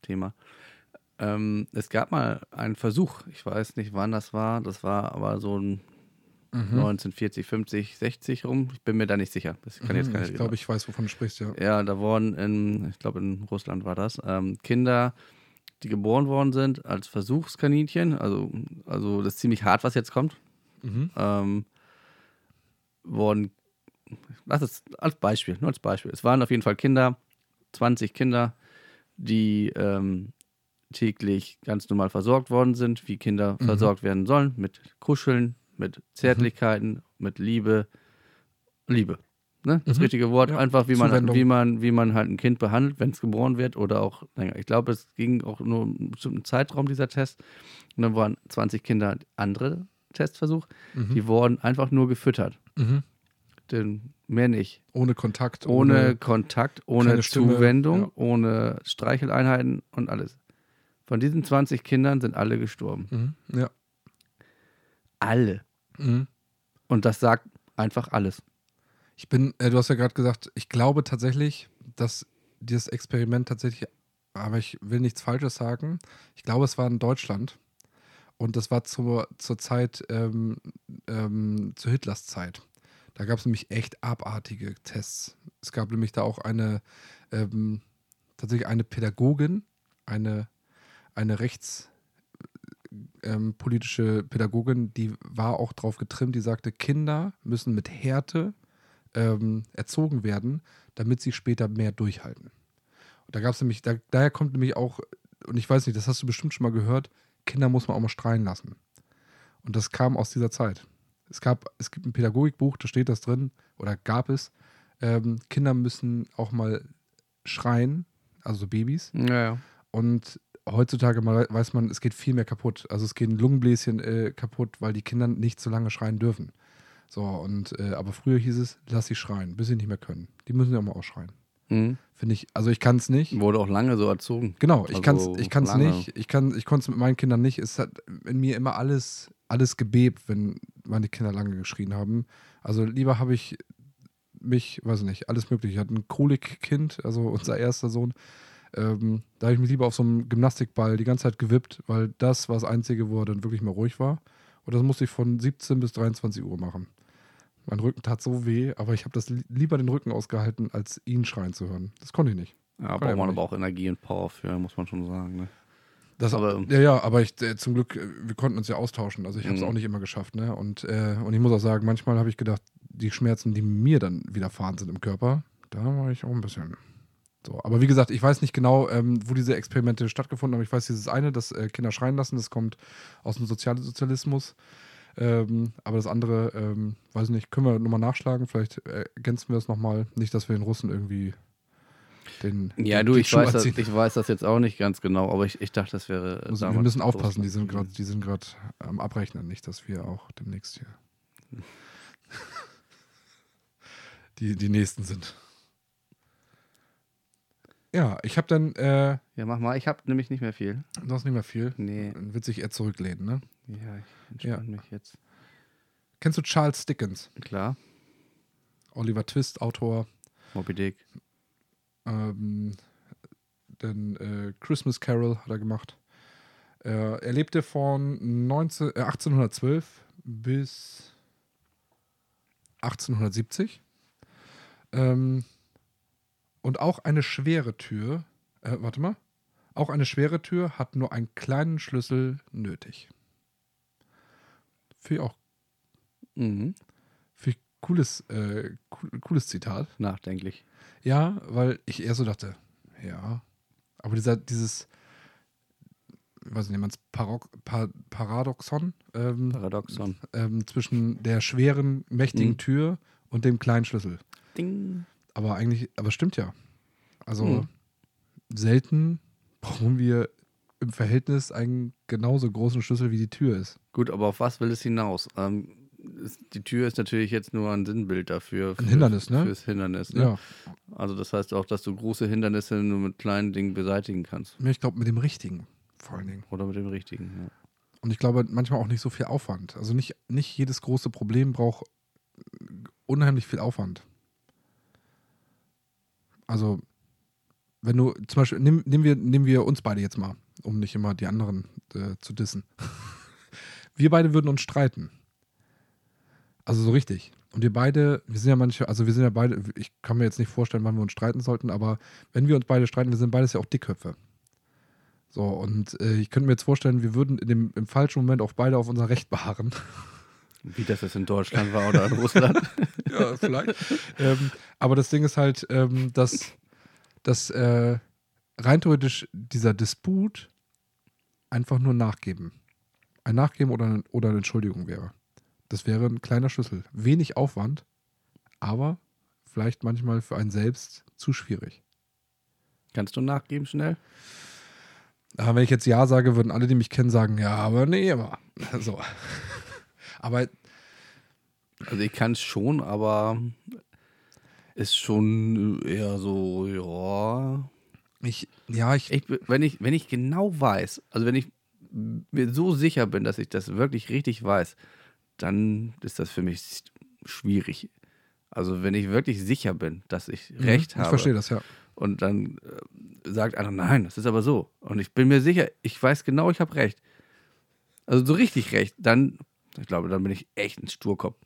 Thema. Ähm, es gab mal einen Versuch, ich weiß nicht wann das war, das war aber so
Mhm.
ein 1940, 50, 60 rum. Ich bin mir da nicht sicher. Das kann jetzt
Mhm,
keine
ich glaube, ich weiß, wovon du sprichst, ja.
Ja, da wurden in, ich glaube in Russland war das, ähm, Kinder, die geboren worden sind als Versuchskaninchen, also, also das ist ziemlich hart, was jetzt kommt,
Mhm.
ähm, wurden, das ist als Beispiel, nur als Beispiel. Es waren auf jeden Fall Kinder, 20 Kinder, die ähm, täglich ganz normal versorgt worden sind, wie Kinder
Mhm.
versorgt werden sollen, mit Kuscheln, mit Zärtlichkeiten, mit Liebe. Liebe. Ne? Das
Mhm.
richtige Wort,
Ja,
einfach wie man,
Zuwendung.
wie, man, wie man halt ein Kind behandelt, wenn es geboren wird oder auch länger. Ich glaube, es ging auch nur um einen bestimmten Zeitraum, dieser Test. Und dann waren 20 Kinder andere Testversuch. Die
Hm.
wurden einfach nur gefüttert.
Mhm.
Denn mehr nicht.
Ohne Kontakt,
Ohne, Kontakt, ohne
keine Stimme,
Zuwendung,
ja.
ohne Streicheleinheiten und alles. Von diesen 20 Kindern sind alle gestorben.
Mhm. Ja.
Alle.
Mhm.
Und das sagt einfach alles.
Ich bin, äh, du hast ja gerade gesagt, ich glaube tatsächlich, dass dieses Experiment tatsächlich, aber ich will nichts Falsches sagen, ich glaube, es war in Deutschland und das war zur, zur Zeit, ähm, ähm, zu Hitlers Zeit. Da gab es nämlich echt abartige Tests. Es gab nämlich da auch eine, ähm, tatsächlich eine Pädagogin, eine, eine rechts ähm, politische Pädagogin, die war auch drauf getrimmt, die sagte, Kinder müssen mit Härte ähm, erzogen werden, damit sie später mehr durchhalten. Und da gab es nämlich, da, daher kommt nämlich auch, und ich weiß nicht, das hast du bestimmt schon mal gehört, Kinder muss man auch mal strahlen lassen. Und das kam aus dieser Zeit. Es gab, es gibt ein Pädagogikbuch, da steht das drin, oder gab es, ähm, Kinder müssen auch mal schreien, also Babys,
Ja,
und heutzutage mal weiß man, es geht viel mehr kaputt. Also es gehen Lungenbläschen äh, kaputt, weil die Kinder nicht so lange schreien dürfen. So, und äh, aber früher hieß es, lass sie schreien, bis sie nicht mehr können. Die müssen ja mal auch schreien.
Mhm.
Finde ich, also ich kann es nicht.
Wurde auch lange so erzogen.
Genau, ich
Also
kann es ich kann's
lange.
nicht. Ich, kann, ich konnte es mit meinen Kindern nicht. Es hat in mir immer alles, alles gebebt, wenn meine Kinder lange geschrien haben. Also lieber habe ich mich, weiß nicht, alles mögliche. Ich hatte ein Kolikkind, also unser erster Sohn. Ähm, da habe ich mich lieber auf so einem Gymnastikball die ganze Zeit gewippt, weil das war das Einzige, wo er dann wirklich mal ruhig war. Und das musste ich von 17 bis 23 Uhr machen. Mein Rücken tat so weh, aber ich habe das li- lieber den Rücken ausgehalten, als ihn schreien zu hören. Das konnte ich nicht.
Ja,
Kann ja
braucht man
nicht.
aber auch Energie und Power für, muss man schon sagen. Ne?
Das,
Aber-
ja, ja, aber ich, äh, zum Glück, äh, wir konnten uns ja austauschen. Also ich habe es
Mhm.
auch nicht immer geschafft. Ne? Und, äh, und ich muss auch sagen, manchmal habe ich gedacht, die Schmerzen, die mir dann widerfahren sind im Körper, da war ich auch ein bisschen. So, aber wie gesagt, ich weiß nicht genau, ähm, wo diese Experimente stattgefunden haben. Ich weiß dieses eine, dass äh, Kinder schreien lassen, das kommt aus dem Sozialsozialismus. Ähm, aber das andere, ähm, weiß ich nicht, können wir nochmal nachschlagen. Vielleicht äh, ergänzen wir das nochmal. Nicht, dass wir den Russen irgendwie den.
Ja,
den-
du,
den
ich
Schuh
weiß, das,
anziehen.
ich weiß das jetzt auch nicht ganz genau, aber ich, ich dachte, das wäre. äh,
Müssen, wir
damals
müssen aufpassen, die sind
Russland.
gerade, die sind gerade am Abrechnen, nicht, dass wir auch demnächst hier die, die nächsten sind. Ja, ich habe dann, äh,
Ja, mach mal, ich habe nämlich nicht mehr viel.
du hast nicht mehr viel.
Nee,
Dann wird sich eher zurücklehnen, ne?
ja, ich entspanne mich jetzt.
Kennst du Charles Dickens?
Klar,
Oliver Twist, Autor,
Moby Dick.
ähm, dann äh, Christmas Carol hat er gemacht. Äh, er lebte von 19, äh, 1812 bis 1870. Ähm, und auch eine schwere Tür, äh, warte mal, auch eine schwere Tür hat nur einen kleinen Schlüssel nötig. Finde ich auch
Mhm.
finde ich cooles, äh, cool- cooles Zitat.
Nachdenklich.
Ja, weil ich eher so dachte, ja. Aber dieser, dieses, weiß nicht, man Parok, pa Paradoxon ähm,
Paradoxon.
ähm, zwischen der schweren, mächtigen
Mhm.
Tür und dem kleinen Schlüssel.
Ding.
Aber eigentlich, aber stimmt ja. Also
Mhm.
selten brauchen wir im Verhältnis einen genauso großen Schlüssel wie die Tür ist.
Gut, aber auf was will es hinaus? Ähm, es- die Tür ist natürlich jetzt nur ein Sinnbild dafür. für-
Hindernis, ne?
Fürs Hindernis, ne?
Ja.
Also das heißt auch, dass du große Hindernisse nur mit kleinen Dingen beseitigen kannst.
Ich glaube, mit dem richtigen vor allen Dingen.
Oder mit dem richtigen, ja.
Und ich glaube, manchmal auch nicht so viel Aufwand. Also nicht, nicht jedes große Problem braucht äh, unheimlich viel Aufwand. Also, wenn du zum Beispiel, nimm, nehmen, wir, nehmen wir uns beide jetzt mal, um nicht immer die anderen äh, zu dissen. wir beide würden uns streiten. Also so richtig. Und wir beide, wir sind ja manche, also wir sind ja beide, ich kann mir jetzt nicht vorstellen, wann wir uns streiten sollten, aber wenn wir uns beide streiten, wir sind beides ja auch Dickköpfe. So, und äh, ich könnte mir jetzt vorstellen, wir würden in dem, im falschen Moment auch beide auf unser Recht beharren.
Wie das jetzt in Deutschland war oder in Russland.
ja, vielleicht. ähm, aber das Ding ist halt, ähm, dass, dass äh, rein theoretisch dieser Disput einfach nur Nachgeben. Ein Nachgeben oder, oder eine Entschuldigung wäre. Das wäre ein kleiner Schlüssel. Wenig Aufwand, aber vielleicht manchmal für einen selbst zu schwierig.
Kannst du nachgeben schnell?
Aber Ah, wenn ich jetzt Ja sage, würden alle, die mich kennen, sagen, ja, aber nee, aber. So. Aber
Also ich kann es schon, aber ist schon eher so, ja.
ich, ja, ich,
Ich, wenn, ich, wenn ich genau weiß, also wenn ich mir so sicher bin, dass ich das wirklich richtig weiß, dann ist das für mich schwierig. Also wenn ich wirklich sicher bin, dass ich recht
Mhm. Ich
habe.
verstehe das, ja.
Und dann äh, sagt einer, nein, das ist aber so. Und ich bin mir sicher, ich weiß genau, ich habe recht. Also so richtig recht. Dann, ich glaube, dann bin ich echt ein Sturkopf.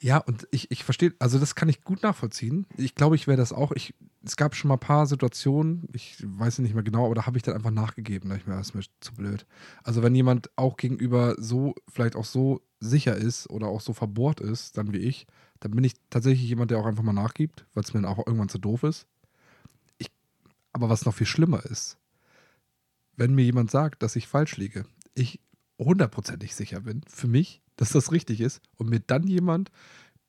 Ja, und ich, ich verstehe, also das kann ich gut nachvollziehen. Ich glaube, ich wäre das auch. Ich, es gab schon mal ein paar Situationen, ich weiß nicht mehr genau, aber da habe ich dann einfach nachgegeben. Da hab ich mir, das ist mir zu blöd. Also wenn jemand auch gegenüber so, vielleicht auch so sicher ist oder auch so verbohrt ist, dann wie ich, dann bin ich tatsächlich jemand, der auch einfach mal nachgibt, weil es mir dann auch irgendwann zu doof ist. Ich, aber was noch viel schlimmer ist, wenn mir jemand sagt, dass ich falsch liege, ich hundertprozentig sicher bin, für mich, dass das richtig ist und mir dann jemand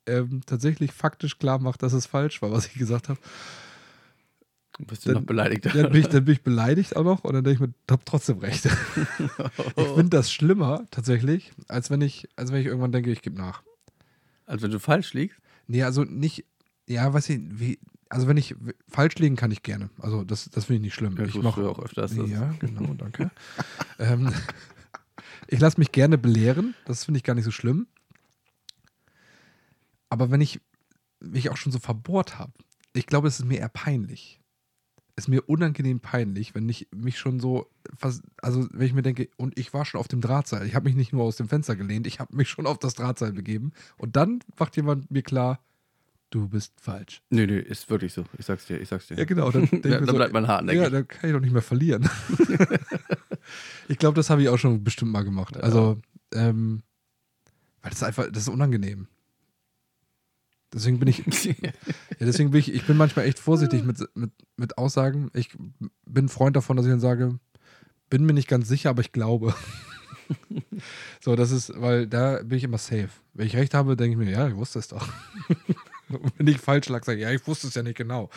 ähm, tatsächlich faktisch klar macht, dass es falsch war, was ich gesagt habe,
Bist du
Dann-
noch beleidigt?
dann bin ich, dann bin ich beleidigt auch noch und dann denke ich mir, hab trotzdem recht. Ich finde das schlimmer tatsächlich, als wenn ich, als wenn ich irgendwann denke, ich gebe nach.
also wenn du falsch liegst,
Nee, also nicht, ja, weiß ich, wie, also wenn ich w- falsch liegen kann ich gerne. Also das, das finde ich nicht schlimm.
ja,
ich
tust
mache
du ja auch öfters. Das
Ja, genau, danke. ähm, ich lasse mich gerne belehren, das finde ich gar nicht so schlimm. Aber wenn ich mich auch schon so verbohrt habe, ich glaube, es ist mir eher peinlich. Es ist mir unangenehm peinlich, wenn ich mich schon so, vers- also wenn ich mir denke, und ich war schon auf dem Drahtseil, ich habe mich nicht nur aus dem Fenster gelehnt, ich habe mich schon auf das Drahtseil begeben. Und dann macht jemand mir klar, du bist falsch.
Nee, nee, ist wirklich so. Ich sag's dir, ich sag's dir.
Ja, genau. Dann, denk ich
Ja,
mir
dann bleibt man hartnäckig.
Ja, dann kann ich doch nicht mehr verlieren. ich glaube, das habe ich auch schon bestimmt mal gemacht. Also, ähm, weil das ist einfach, das ist unangenehm. Deswegen bin ich, ja, deswegen bin ich, ich bin manchmal echt vorsichtig mit, mit, mit Aussagen. Ich bin Freund davon, dass ich dann sage, bin mir nicht ganz sicher, aber ich glaube. so, das ist, weil da bin ich immer safe. Wenn ich recht habe, denke ich mir, ja, ich wusste es doch. Und wenn ich falsch lag, sage ich, ja, ich wusste es ja nicht genau.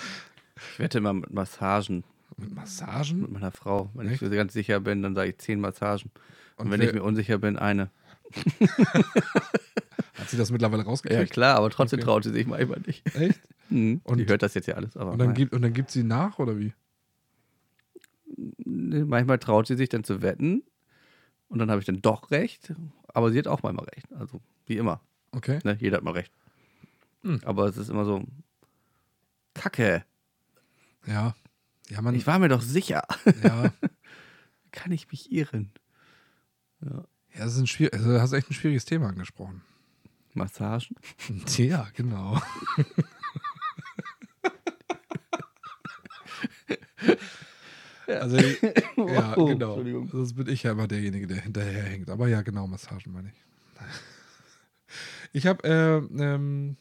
Ich wette immer mit Massagen
Mit
mit
Massagen?
meiner Frau. Wenn
Echt?
ich so ganz sicher bin, dann sage ich zehn Massagen. Und,
Und
wenn
wer-
ich mir unsicher bin, eine.
Hat sie das mittlerweile
Ja,
rausgekriegt?
klar, aber trotzdem
Okay.
traut sie sich manchmal nicht.
Echt?
Hm.
Und-
die hört das jetzt ja alles. Aber
Und dann,
naja.
gibt, und dann gibt sie nach, oder wie?
Nee, manchmal traut sie sich dann zu wetten und dann habe ich dann doch recht, aber sie hat auch manchmal recht. Also wie immer,
Okay.
ne? jeder hat mal recht.
Hm.
Aber es ist immer so, Kacke,
Ja. Ja, man.
ich war mir doch sicher.
ja.
Kann ich mich irren?
Ja, das ist ein schwier also, du hast echt ein schwieriges Thema angesprochen.
Massagen?
Ja, genau. also, ja,
Oh,
genau.
Entschuldigung.
Sonst bin ich ja immer derjenige, der hinterherhängt. Aber ja, genau, Massagen meine ich. Ich habe, äh, ähm,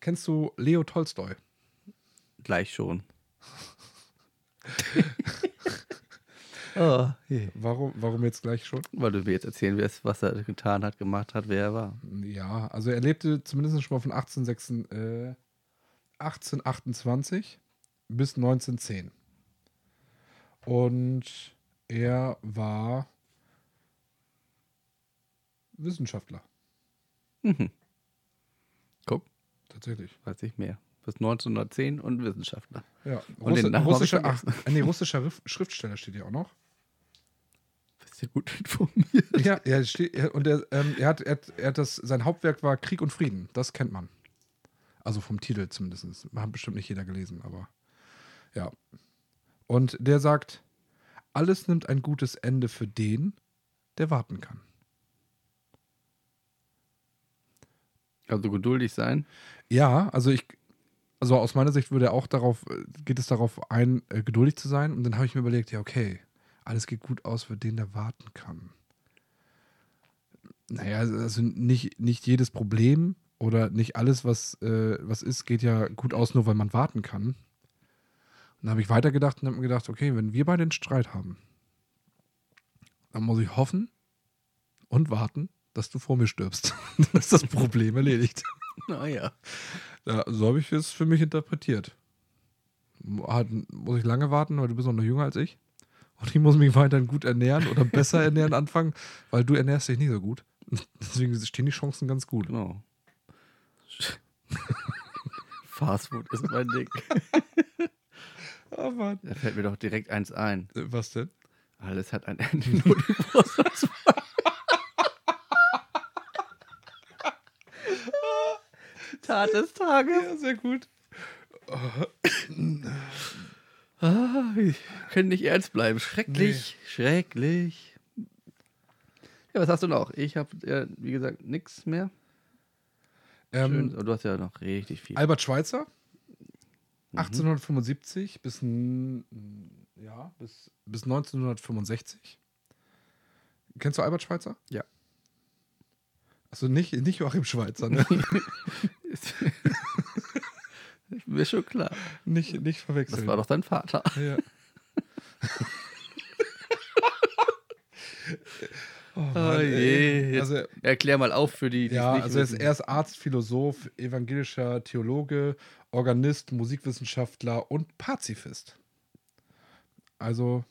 Kennst du Leo Tolstoi?
Gleich schon. oh, je.
Warum, warum jetzt gleich schon?
Weil du mir jetzt erzählen wirst, was er getan hat, gemacht hat, wer er war.
Ja, also er lebte zumindest schon mal von 1806, äh, 1828 bis 1910. Und er war Wissenschaftler,
Mhm. Guck,
tatsächlich.
weiß ich mehr. Bis 1910 und Wissenschaftler.
Ja,
Und den
Russi-
Namen hab ich
russischer, ach, äh,
vergessen.
nee, russischer Rif- Schriftsteller steht ja auch noch.
Bist du gut informiert?
Ja, ja, steht, ja, und er, ähm, er, hat, er, hat, er hat das, sein Hauptwerk war Krieg und Frieden. Das kennt man. Also vom Titel zumindest. Hat bestimmt nicht jeder gelesen, aber ja. Und der sagt: Alles nimmt ein gutes Ende für den, der warten kann.
Also geduldig sein.
Ja, also ich, also aus meiner Sicht würde er auch darauf, äh, geht es darauf ein, äh, geduldig zu sein. Und dann habe ich mir überlegt, ja, okay, alles geht gut aus für den, der warten kann. Naja, also nicht, nicht jedes Problem oder nicht alles, was, äh, was ist, geht ja gut aus, nur weil man warten kann. Und dann habe ich weitergedacht und habe mir gedacht, okay, wenn wir beide einen Streit haben, dann muss ich hoffen und warten, dass du vor mir stirbst. dann ist das Problem erledigt.
Naja.
Ja, so habe ich es für mich interpretiert. Mu- Hat, muss ich lange warten, weil du bist auch noch jünger als ich. Und ich muss mich weiterhin gut ernähren oder besser ernähren anfangen, weil du ernährst dich nicht so gut. Deswegen stehen die Chancen ganz gut.
Genau. Fast Food ist mein Ding.
Oh Mann.
Da fällt mir doch direkt eins ein.
Äh, Was denn?
Alles hat ein Ende, nur die Wurst hat zwei. Tat des Tages.
Ja, sehr gut.
Ah, ich kann nicht ernst bleiben. Schrecklich, schrecklich. Ja, was hast du noch? Ich habe, äh, wie gesagt, nichts mehr. Schön.
Ähm,
Aber du hast ja noch richtig viel.
Albert Schweitzer,
Mhm.
1875 bis, n- ja, bis, bis 1965. Kennst du Albert Schweitzer?
Ja.
Also nicht, nicht Joachim Schweitzer, ne?
Mir schon klar.
nicht, nicht verwechseln.
Das war doch dein Vater.
Ja. oh
Oh
Mann,
je.
ey.
Jetzt
Also,
erklär mal auf für die, die
ja,
es nicht
also er ist,
wissen.
er ist Arzt, Philosoph, evangelischer Theologe, Organist, Musikwissenschaftler und Pazifist. Also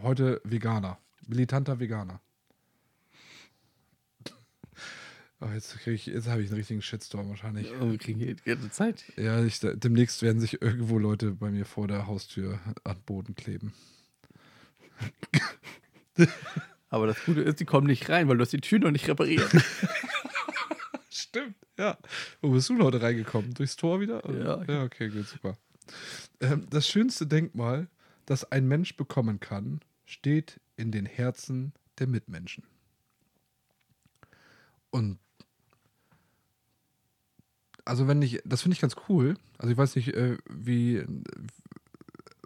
heute Veganer, militanter Veganer. Oh, jetzt krieg ich, jetzt habe ich einen richtigen Shitstorm wahrscheinlich.
Oh, wir kriegen hier die ganze Zeit.
Ja, ich, demnächst werden sich irgendwo Leute bei mir vor der Haustür an Boden kleben.
Aber das Gute ist, die kommen nicht rein, weil du hast die Tür noch nicht repariert.
Stimmt, ja. Wo bist du heute reingekommen? Durchs Tor wieder?
Ja.
ja okay, gut, super. Ähm, das schönste Denkmal, das ein Mensch bekommen kann, steht in den Herzen der Mitmenschen. Und also wenn ich, das finde ich ganz cool. Also ich weiß nicht, äh, wie,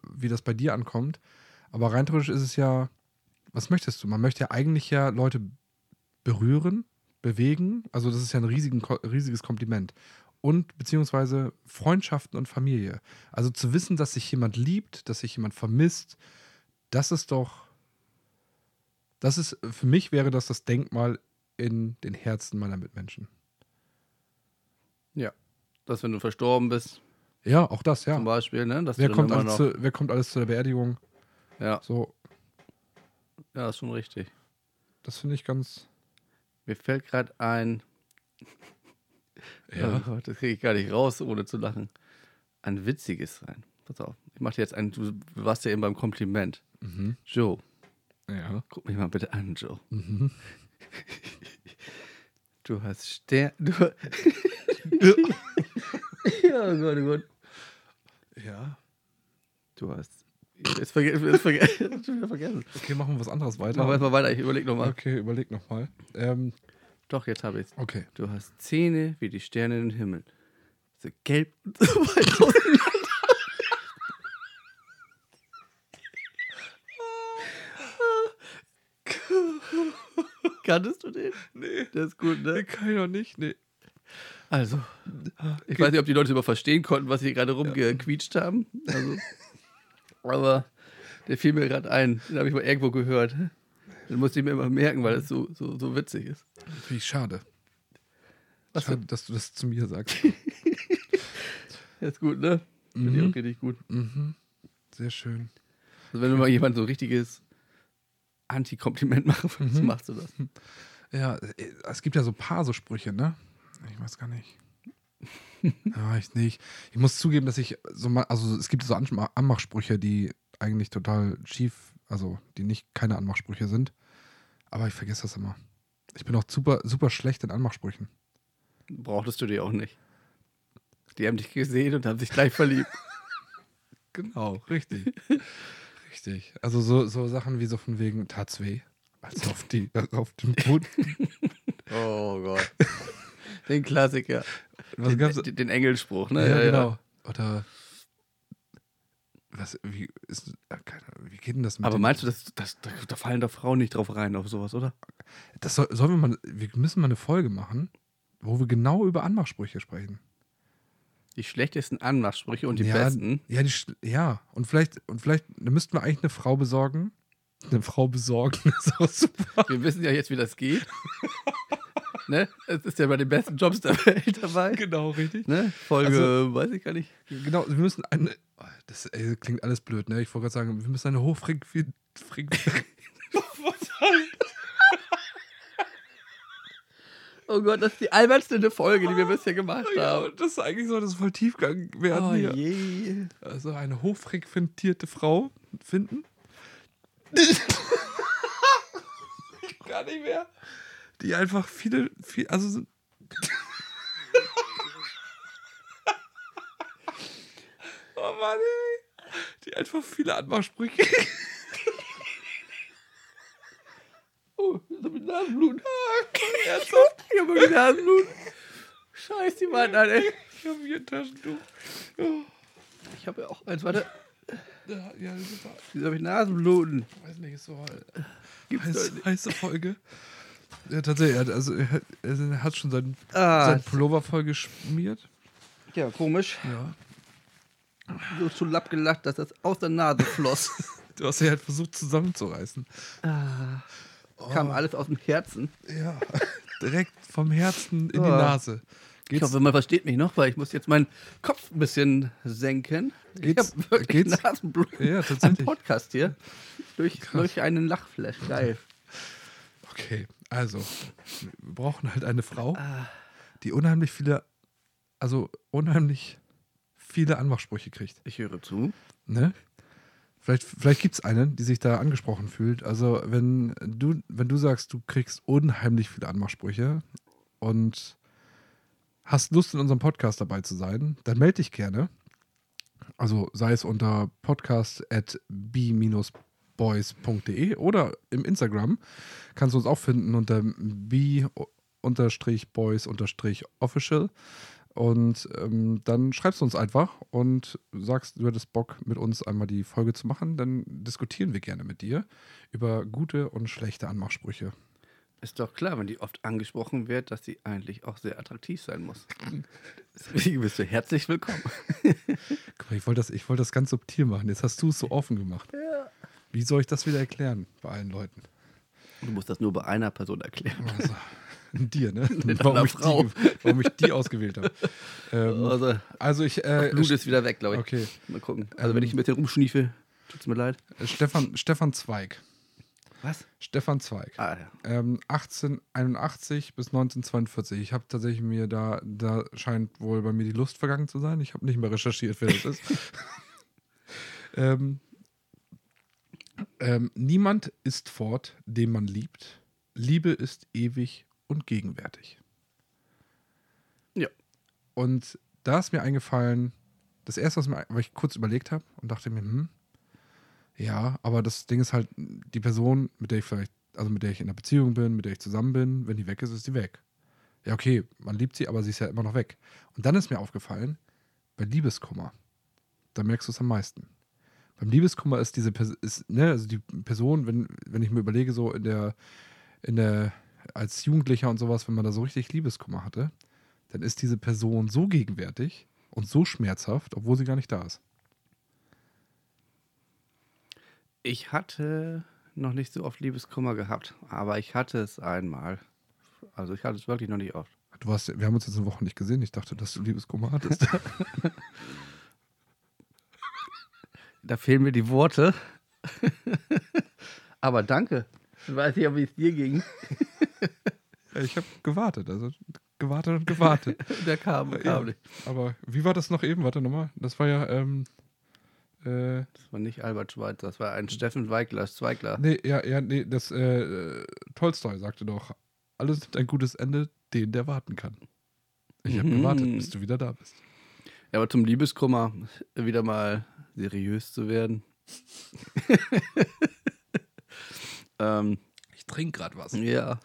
wie das bei dir ankommt, aber rein theoretisch ist es ja, was möchtest du? Man möchte ja eigentlich ja Leute berühren, bewegen. Also das ist ja ein riesigen, Ko- riesiges Kompliment. Und beziehungsweise Freundschaften und Familie. Also zu wissen, dass sich jemand liebt, dass sich jemand vermisst, das ist doch, das ist, für mich wäre das das Denkmal in den Herzen meiner Mitmenschen.
ja. Dass, wenn du verstorben bist,
Ja, auch das, ja.
zum Beispiel, ne? Dass
Wer
du
kommt,
dann immer
alles
noch.
zu, wer kommt alles zu der Beerdigung?
ja,
So,
ja, ist schon richtig.
das finde ich ganz.
Mir fällt gerade ein. Oh Gott, das kriege ich gar nicht raus, ohne zu lachen. Ein witziges rein. Pass auf. Ich mache jetzt ein. Du warst ja eben beim Kompliment.
Mhm.
Joe,
Ja.
guck mich mal bitte an, Joe.
Mhm.
Du hast Stern. Du ja, oh Gott, oh Gott.
Ja.
Du hast. Jetzt vergessen. Jetzt verge schon wieder vergessen.
Okay, machen wir was anderes weiter.
Machen wir erstmal weiter. Ich überlege nochmal.
okay, überleg nochmal. Ähm,
Doch, jetzt habe ich es.
okay.
Du hast Zähne wie die Sterne im Himmel. So gelb und so weit auseinander. Kanntest du den?
Nee,
Der ist gut, ne?
kann ich noch nicht. Nee.
ne? Also, ich weiß nicht, ob die Leute über verstehen konnten, was sie hier gerade rumgequietscht haben. Also, aber der fiel mir gerade ein. Den habe ich mal irgendwo gehört. Den musste ich mir immer merken, weil das so, so, so witzig ist.
Finde ich schade.
Was
schade, dass du das zu mir sagst.
Ja, ist gut, ne? Finde ich auch richtig gut.
mhm. Sehr schön.
Also, wenn du mal jemand so ein richtiges Anti-Kompliment machen willst, machst du das.
Ja, äh, es gibt ja so ein paar so Sprüche, ne? Ich weiß gar nicht. ja, ich nicht. Ich muss zugeben, dass ich so mal, also es gibt so Anma- Anmachsprüche, die eigentlich total schief, also die nicht keine Anmachsprüche sind. Aber ich vergesse das immer. Ich bin auch super, super schlecht in Anmachsprüchen.
Brauchtest du die auch nicht. Die haben dich gesehen und haben sich gleich verliebt.
Genau, richtig. richtig. Also so, so Sachen wie so von wegen tat's weh, als auf, die, auf dem Boden.
Oh Gott. Den Klassiker.
Was
den,
gab's?
den, den Engelspruch, ne?
ja, genau. Oder was, wie ist, ah, keine Ahnung, wie geht denn das mit
Aber
dem-
meinst du, das, das, da, da fallen doch Frauen nicht drauf rein, auf sowas, oder?
das soll, sollen wir mal, wir müssen mal eine Folge machen, wo wir genau über Anmachsprüche sprechen.
Die schlechtesten Anmachsprüche und die
ja,
besten.
Ja, die, sch- ja, und vielleicht, und vielleicht da müssten wir eigentlich eine Frau besorgen. Eine Frau besorgen ist auch super.
Wir wissen ja jetzt, wie das geht. ne? Es ist ja bei den besten Jobs der Welt dabei.
Genau, richtig.
Ne? Folge, weiß ich gar nicht.
Genau, wir müssen eine. Oh, Das ey, klingt alles blöd, ne? Ich wollte gerade sagen, wir müssen eine hochfrequent. frequ-
Oh Gott, das ist die albernste Folge, die wir bisher gemacht
Ja,
haben.
das ist eigentlich so, das voll Tiefgang werden
Oh
hier.
je.
Also eine hochfrequentierte Frau finden. Gar nicht mehr. Die einfach viele, viel, also so- Oh Mann, ey. Die einfach viele Anmachsprüche.
Oh, ich hab mit Ah, Nasenblut. Ernsthaft? Ich hab mit Nasenblut. Scheiß die Mann an, ey.
Ich habe hier ein Taschentuch.
Ich hab ja auch eins, warte.
Ja, ja, super.
Wieso hab ich Nasenbluten?
Weiß nicht, ist so
Gibt's doch
heiße, heiße Folge. Ja, tatsächlich, er hat- also er hat- er hat schon seinen,
Ah,
seinen Pullover voll geschmiert.
nicht. Ja, komisch.
Ja.
So zu Lapp gelacht, dass das aus der Nase floss.
Du hast ja halt versucht zusammenzureißen.
Oh. Kam alles aus dem Herzen.
Ja. Direkt vom Herzen in die
Ah.
Nase.
Ich
Geht's,
hoffe, man versteht mich noch, weil ich muss jetzt meinen Kopf ein bisschen senken.
Geht's-
ich habe wirklich
geht's?
Nasenbluten
Ja,
am
tatsächlich.
Podcast hier. Durch, durch einen Lachflash. Geil.
Okay, also, wir brauchen halt eine Frau,
Ah.
die unheimlich viele, also unheimlich viele Anmachsprüche kriegt.
Ich höre zu.
Ne? Vielleicht, vielleicht gibt es eine, die sich da angesprochen fühlt. Also, wenn du, wenn du sagst, du kriegst unheimlich viele Anmachsprüche und hast Lust, in unserem Podcast dabei zu sein, dann melde dich gerne. Also sei es unter podcast at b-boys.de oder im Instagram kannst du uns auch finden unter b-boys-official. Und ähm, dann schreibst du uns einfach und sagst, du hättest Bock, mit uns einmal die Folge zu machen. Dann diskutieren wir gerne mit dir über gute und schlechte Anmachsprüche.
Ist doch klar, wenn die oft angesprochen wird, dass sie eigentlich auch sehr attraktiv sein muss. Deswegen bist du herzlich willkommen.
Guck mal, Ich wollte das, ich wollte das ganz subtil machen. Jetzt hast du es so offen gemacht. Wie soll ich das wieder erklären bei allen Leuten?
Du musst das nur bei einer Person erklären.
Also, dir, ne?
Mit
Warum
einer
ich,
Frau.
die, warum ich die ausgewählt habe. Ähm,
Also,
also ich, äh,
Blut ist wieder weg, glaube ich.
okay.
Mal gucken. Also,
Ähm,
wenn ich ein bisschen rumschniefe, tut's mir leid.
Stefan, Stefan Zweig.
Was?
Stefan Zweig.
Ah, ja.
Ähm, 1881 bis 1942. Ich habe tatsächlich mir da, da scheint wohl bei mir die Lust vergangen zu sein. Ich habe nicht mehr recherchiert, wer das ist. ähm, ähm, niemand ist fort, den man liebt. Liebe ist ewig und gegenwärtig.
Ja.
Und da ist mir eingefallen, das erste, was mir, ein- weil ich kurz überlegt habe und dachte mir, hm, ja, aber das Ding ist halt, die Person, mit der ich vielleicht, also mit der ich in einer Beziehung bin, mit der ich zusammen bin, wenn die weg ist, ist die weg. Ja, okay, man liebt sie, aber sie ist ja immer noch weg. Und dann ist mir aufgefallen, bei Liebeskummer, da merkst du es am meisten. Beim Liebeskummer ist diese Pers ist, ne, also die Person, wenn, wenn ich mir überlege, so in der, in der, als Jugendlicher und sowas, wenn man da so richtig Liebeskummer hatte, dann ist diese Person so gegenwärtig und so schmerzhaft, obwohl sie gar nicht da ist.
Ich hatte noch nicht so oft Liebeskummer gehabt, aber ich hatte es einmal. Also ich hatte es wirklich noch nicht oft.
Du warst, wir haben uns jetzt eine Woche nicht gesehen. Ich dachte, dass du Liebeskummer hattest.
Da fehlen mir die Worte. aber danke. Ich weiß nicht, wie es dir ging.
Äh, ich habe gewartet, also gewartet und gewartet.
Der kam, kam nicht.
Aber wie war das noch eben? Warte nochmal. Das war ja, ähm, äh,
Das war nicht Albert Schweitzer, das war ein Steffen Weigler, Zweigler.
nee, ja, ja, nee, das, äh, Tolstoi sagte doch, alles nimmt ein gutes Ende, den, der warten kann. Ich habe
Mhm.
gewartet, bis du wieder da bist.
Ja, aber zum Liebeskummer wieder mal seriös zu werden. ähm,
Ich trinke gerade was.
ja.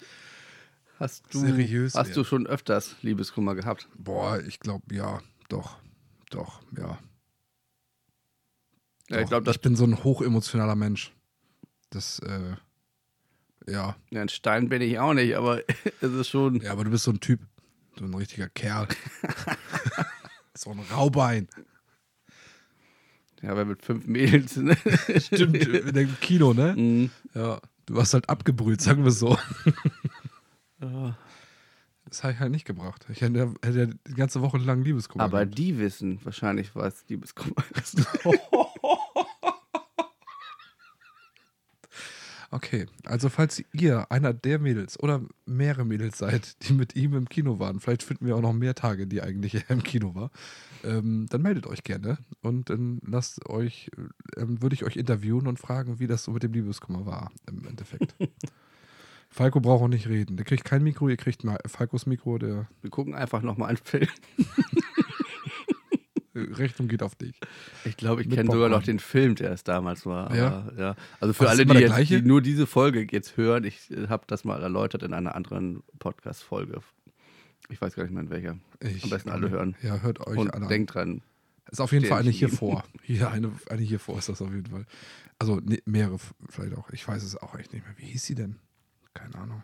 Hast du,
Seriös
hast du
werden.
schon öfters Liebeskummer gehabt?
Boah, ich glaube, ja, doch, doch, ja.
Ja, ich
Doch,
glaube, das
ich bin so ein hochemotionaler Mensch. Das, äh, ja.
ja, ein Stein bin ich auch nicht, aber es ist schon.
Ja, aber du bist so ein Typ. So ein richtiger Kerl. so ein Raubein.
Ja, aber mit fünf Mädels. Ne?
Stimmt, in dem Kino, ne?
Mhm.
Ja. Du warst halt abgebrüht, sagen wir so.
Ah.
Das habe ich halt nicht gebracht. Ich hätte, hätte ja die ganze Woche lang Liebeskummer.
Aber
gehabt.
die wissen wahrscheinlich, was Liebeskummer ist.
Okay, also falls ihr einer der Mädels oder mehrere Mädels seid, die mit ihm im Kino waren, vielleicht finden wir auch noch mehr Tage, die eigentlich er im Kino war, ähm, dann meldet euch gerne und dann lasst euch, ähm, würde ich euch interviewen und fragen, wie das so mit dem Liebeskummer war im Endeffekt. Falco braucht auch nicht reden. Der kriegt kein Mikro, ihr kriegt mal Falcos Mikro, der
Wir gucken einfach nochmal einen Film.
äh, Rechnung geht auf dich.
Ich glaube, ich
Mit
kenne sogar
Popcorn.
noch den Film, der es damals war. Aber,
Ja?
ja. Also für
War das
alle,
immer
die
der
jetzt
gleiche?
die nur diese Folge jetzt hören, ich habe das mal erläutert in einer anderen Podcast-Folge. Ich weiß gar nicht mehr in welcher.
Ich,
Am besten alle hören.
Ja, hört euch
Und
alle an.
denkt dran.
Ist auf jeden
Den
Fall eine
ich
hier
liebe.
vor. Hier eine, eine hier vor ist das auf jeden Fall. Also ne, mehrere f- vielleicht auch. Ich weiß es auch echt nicht mehr. Wie hieß sie denn? Keine Ahnung.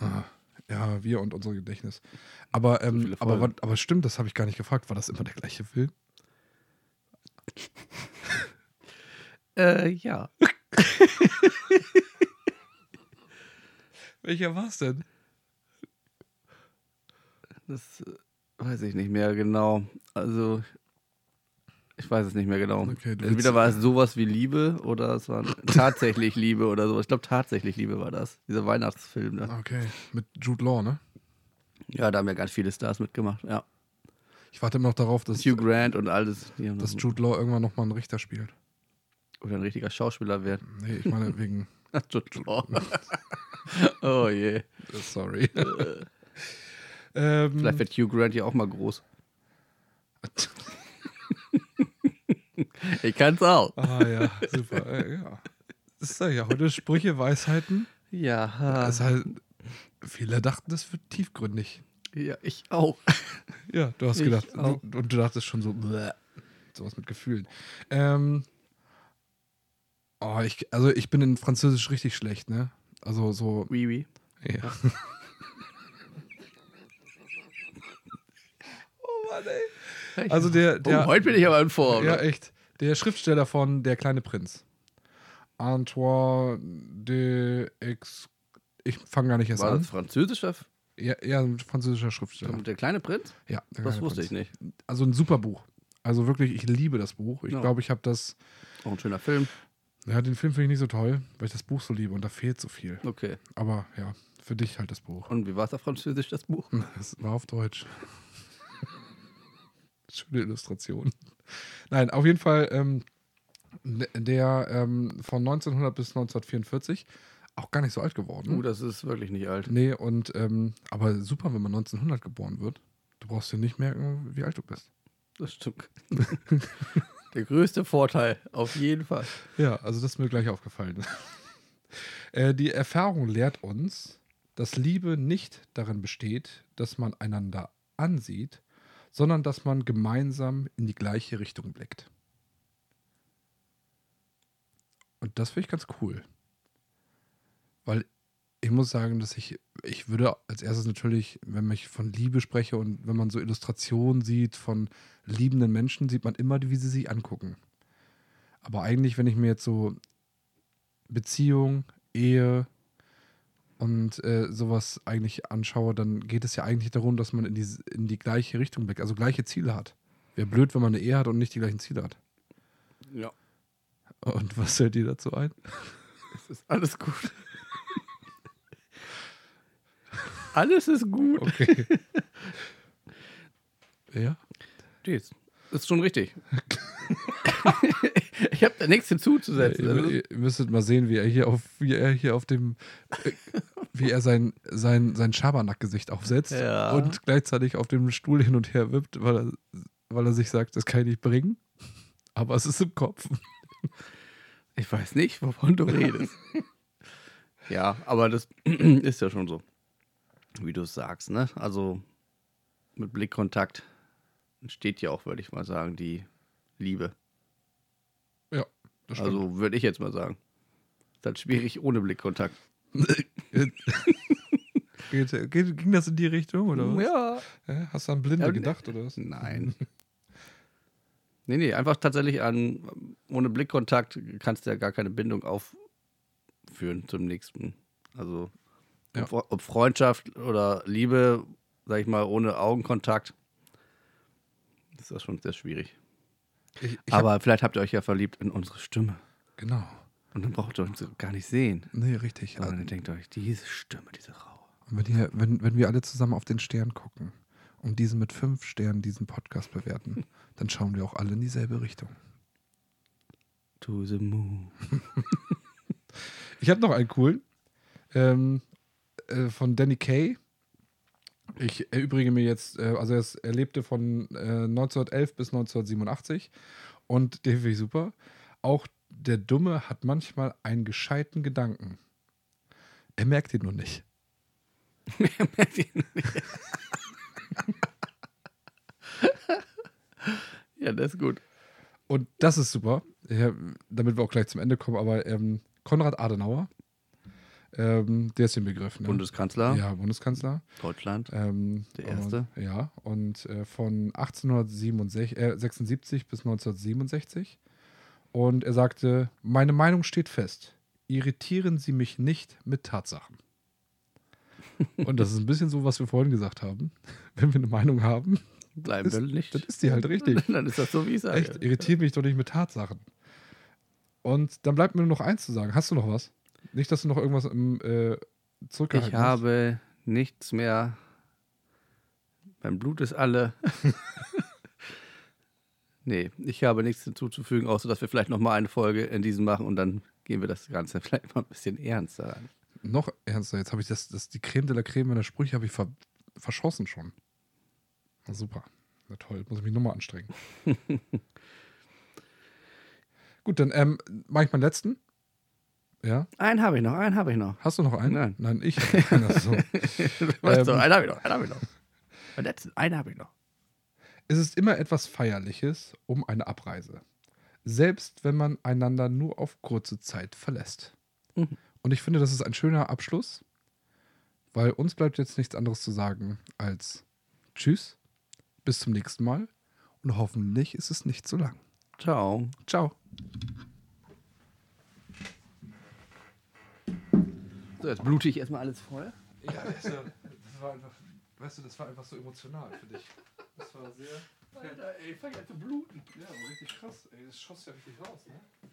Ah, ja, wir und unser Gedächtnis. Aber, ähm,
viele
aber,
Folgen.
wat- aber stimmt, das habe ich gar nicht gefragt. War das immer der gleiche Film?
Äh, ja.
Welcher war es denn?
Das äh, weiß ich nicht mehr genau. Also, ich weiß es nicht mehr genau.
Okay, du willst-
Entweder war es sowas wie Liebe oder es war tatsächlich Liebe oder so. Ich glaube, tatsächlich Liebe war das. Dieser Weihnachtsfilm. Da.
Okay, mit Jude Law, ne?
Ja, da haben ja ganz viele Stars mitgemacht. Ja.
Ich warte immer noch darauf, dass,
Hugh Grant und alles. Die haben
dass
noch-
Jude Law irgendwann nochmal einen Richter spielt.
oder ein richtiger Schauspieler wird.
Nee, ich meine wegen.
Jude Law. oh je.
Sorry. ähm,
Äh. Vielleicht wird Hugh Grant ja auch mal groß. Ich kann's auch.
Ah ja, super. Äh, ja. Das ist ja ja heute Sprüche, Weisheiten.
Ja,
Das ist halt, viele dachten, das wird tiefgründig.
ja ich auch.
Ja, du hast
Ich
gedacht,
auch.
du, und du dachtest schon so, bleh, sowas mit Gefühlen. Ähm, oh, ich, also ich bin in Französisch richtig schlecht, ne? Also so,
Oui, oui.
ja. oh Mann, ey. Also der, der
oh, heute bin ich aber in Form.
Ja, echt. Der Schriftsteller von Der kleine Prinz. Antoine de Ex. Ich fange gar nicht erst
war
an.
das französischer? F-
Ja, ja, ein französischer Schriftsteller.
Der kleine Prinz?
Ja, Der
Das
kleine
wusste
Prinz.
ich nicht.
Also ein super Buch. Also wirklich, ich liebe das Buch. Ich
Ja.
glaube, ich habe das.
Auch ein schöner Film.
Ja, den Film finde ich nicht so toll, weil ich das Buch so liebe und da fehlt so viel.
Okay.
Aber ja, für dich halt das Buch.
Und wie war es auf Französisch, das Buch?
Es war auf Deutsch. Schöne Illustration. Nein, auf jeden Fall ähm, n- der ähm, von 1900 bis 1944 auch gar nicht so alt geworden.
Uh, das ist wirklich nicht alt.
nee, und ähm, aber super, wenn man 1900 geboren wird. Du brauchst dir nicht merken, wie alt du bist.
Das stimmt. der größte Vorteil, auf jeden Fall.
Ja, also das ist mir gleich aufgefallen. äh, die Erfahrung lehrt uns, dass Liebe nicht darin besteht, dass man einander ansieht, sondern dass man gemeinsam in die gleiche Richtung blickt. Und das finde ich ganz cool. Weil ich muss sagen, dass ich, ich würde als erstes natürlich, wenn ich von Liebe spreche und wenn man so Illustrationen sieht von liebenden Menschen, sieht man immer, wie sie sich angucken. Aber eigentlich, wenn ich mir jetzt so Beziehung, Ehe und äh, sowas eigentlich anschaue, dann geht es ja eigentlich darum, dass man in die, in die gleiche Richtung blickt, also gleiche Ziele hat. Wäre blöd, wenn man eine Ehe hat und nicht die gleichen Ziele hat.
Ja.
Und was fällt dir dazu ein?
Es ist alles gut. alles ist gut.
Okay. ja.
Jeez. Das ist schon richtig. ich habe da nichts hinzuzusetzen.
ihr,
Also,
ihr müsstet mal sehen, wie er hier auf, wie er hier auf dem, äh, wie er sein, sein, sein Schabernack-Gesicht aufsetzt
Ja.
und gleichzeitig auf dem Stuhl hin und her wippt, weil er, weil er sich sagt, das kann ich nicht bringen. Aber es ist im Kopf.
ich weiß nicht, wovon du redest. ja, aber das ist ja schon so. Wie du es sagst, ne? Also mit Blickkontakt entsteht ja auch, würde ich mal sagen, die Liebe.
Ja, das stimmt.
Also würde ich jetzt mal sagen. Ist halt schwierig ohne Blickkontakt.
Geht, geht, ging das in die Richtung? Oder was?
Ja.
Hä? Hast du an Blinde
Ja,
gedacht oder was?
Nein. Nee, nee, einfach tatsächlich an, ohne Blickkontakt kannst du ja gar keine Bindung aufführen zum nächsten. Also,
Ja.
ob, ob Freundschaft oder Liebe, sag ich mal, ohne Augenkontakt, ist das schon sehr schwierig.
Ich, ich
Aber vielleicht habt ihr euch ja verliebt in unsere Stimme.
hab, Ah, genau.
Und dann braucht ihr uns gar nicht sehen.
Nee, richtig.
Und dann denkt ihr euch, diese Stimme, diese Raue.
Und wenn, ihr, wenn, wenn wir alle zusammen auf den Stern gucken und diesen mit fünf Sternen diesen Podcast bewerten, dann schauen wir auch alle in dieselbe Richtung.
To the moon.
Ich habe noch einen coolen ähm, äh, von Danny Kay. Ich erübrige mir jetzt, äh, also er, ist, er lebte von äh, 1911 bis 1987 und den finde ich super. Auch der Dumme hat manchmal einen gescheiten Gedanken. Er merkt ihn nur nicht.
ja, das ist gut.
Und das ist super, ja, damit wir auch gleich zum Ende kommen, aber ähm, Konrad Adenauer, ähm, der ist im Begriff. Ne?
Bundeskanzler,
Ja, Bundeskanzler.
Deutschland.
Ähm,
Der erste?
Und, ja, und äh, von 1876 äh, 76 bis 1967. Und er sagte, meine Meinung steht fest. Irritieren Sie mich nicht mit Tatsachen. Und das ist ein bisschen so, was wir vorhin gesagt haben. Wenn wir eine Meinung haben,
Bleiben
ist,
wir nicht.
dann ist die halt richtig.
Dann ist das so, wie ich sage.
Echt, irritiere mich doch nicht mit Tatsachen. Und dann bleibt mir nur noch eins zu sagen. Hast du noch was? Nicht, dass du noch irgendwas im äh,
Ich
zurückgehalten hast.
habe nichts mehr. Mein Blut ist alle. nee, ich habe nichts hinzuzufügen, außer dass wir vielleicht nochmal eine Folge in diesem machen und dann gehen wir das Ganze vielleicht mal ein bisschen ernster an.
Noch ernster, jetzt habe ich das, das, die Creme de la Creme meiner Sprüche habe ich ver, verschossen schon. Na super. Na toll, jetzt muss ich mich nochmal anstrengen. Gut, dann ähm, mache ich meinen letzten. Ja,
Einen habe ich noch, einen habe ich noch.
hast du noch einen?
Nein.
Nein, ich. Ach so.
Weißt du,
Ähm.
einen habe ich noch, einen habe ich noch. Den letzten, einen habe ich noch.
Es ist immer etwas Feierliches um eine Abreise. Selbst wenn man einander nur auf kurze Zeit verlässt.
Mhm.
Und ich finde, das ist ein schöner Abschluss, weil uns bleibt jetzt nichts anderes zu sagen als Tschüss, bis zum nächsten Mal und hoffentlich ist es nicht zu lang.
Ciao.
Ciao.
So, jetzt blute ich erstmal alles voll.
Ja, das war einfach, weißt du, das war einfach so emotional für dich. Das war sehr,
Alter, ey, fang an zu bluten.
ja, richtig krass. Ey, das schoss ja richtig raus, ne?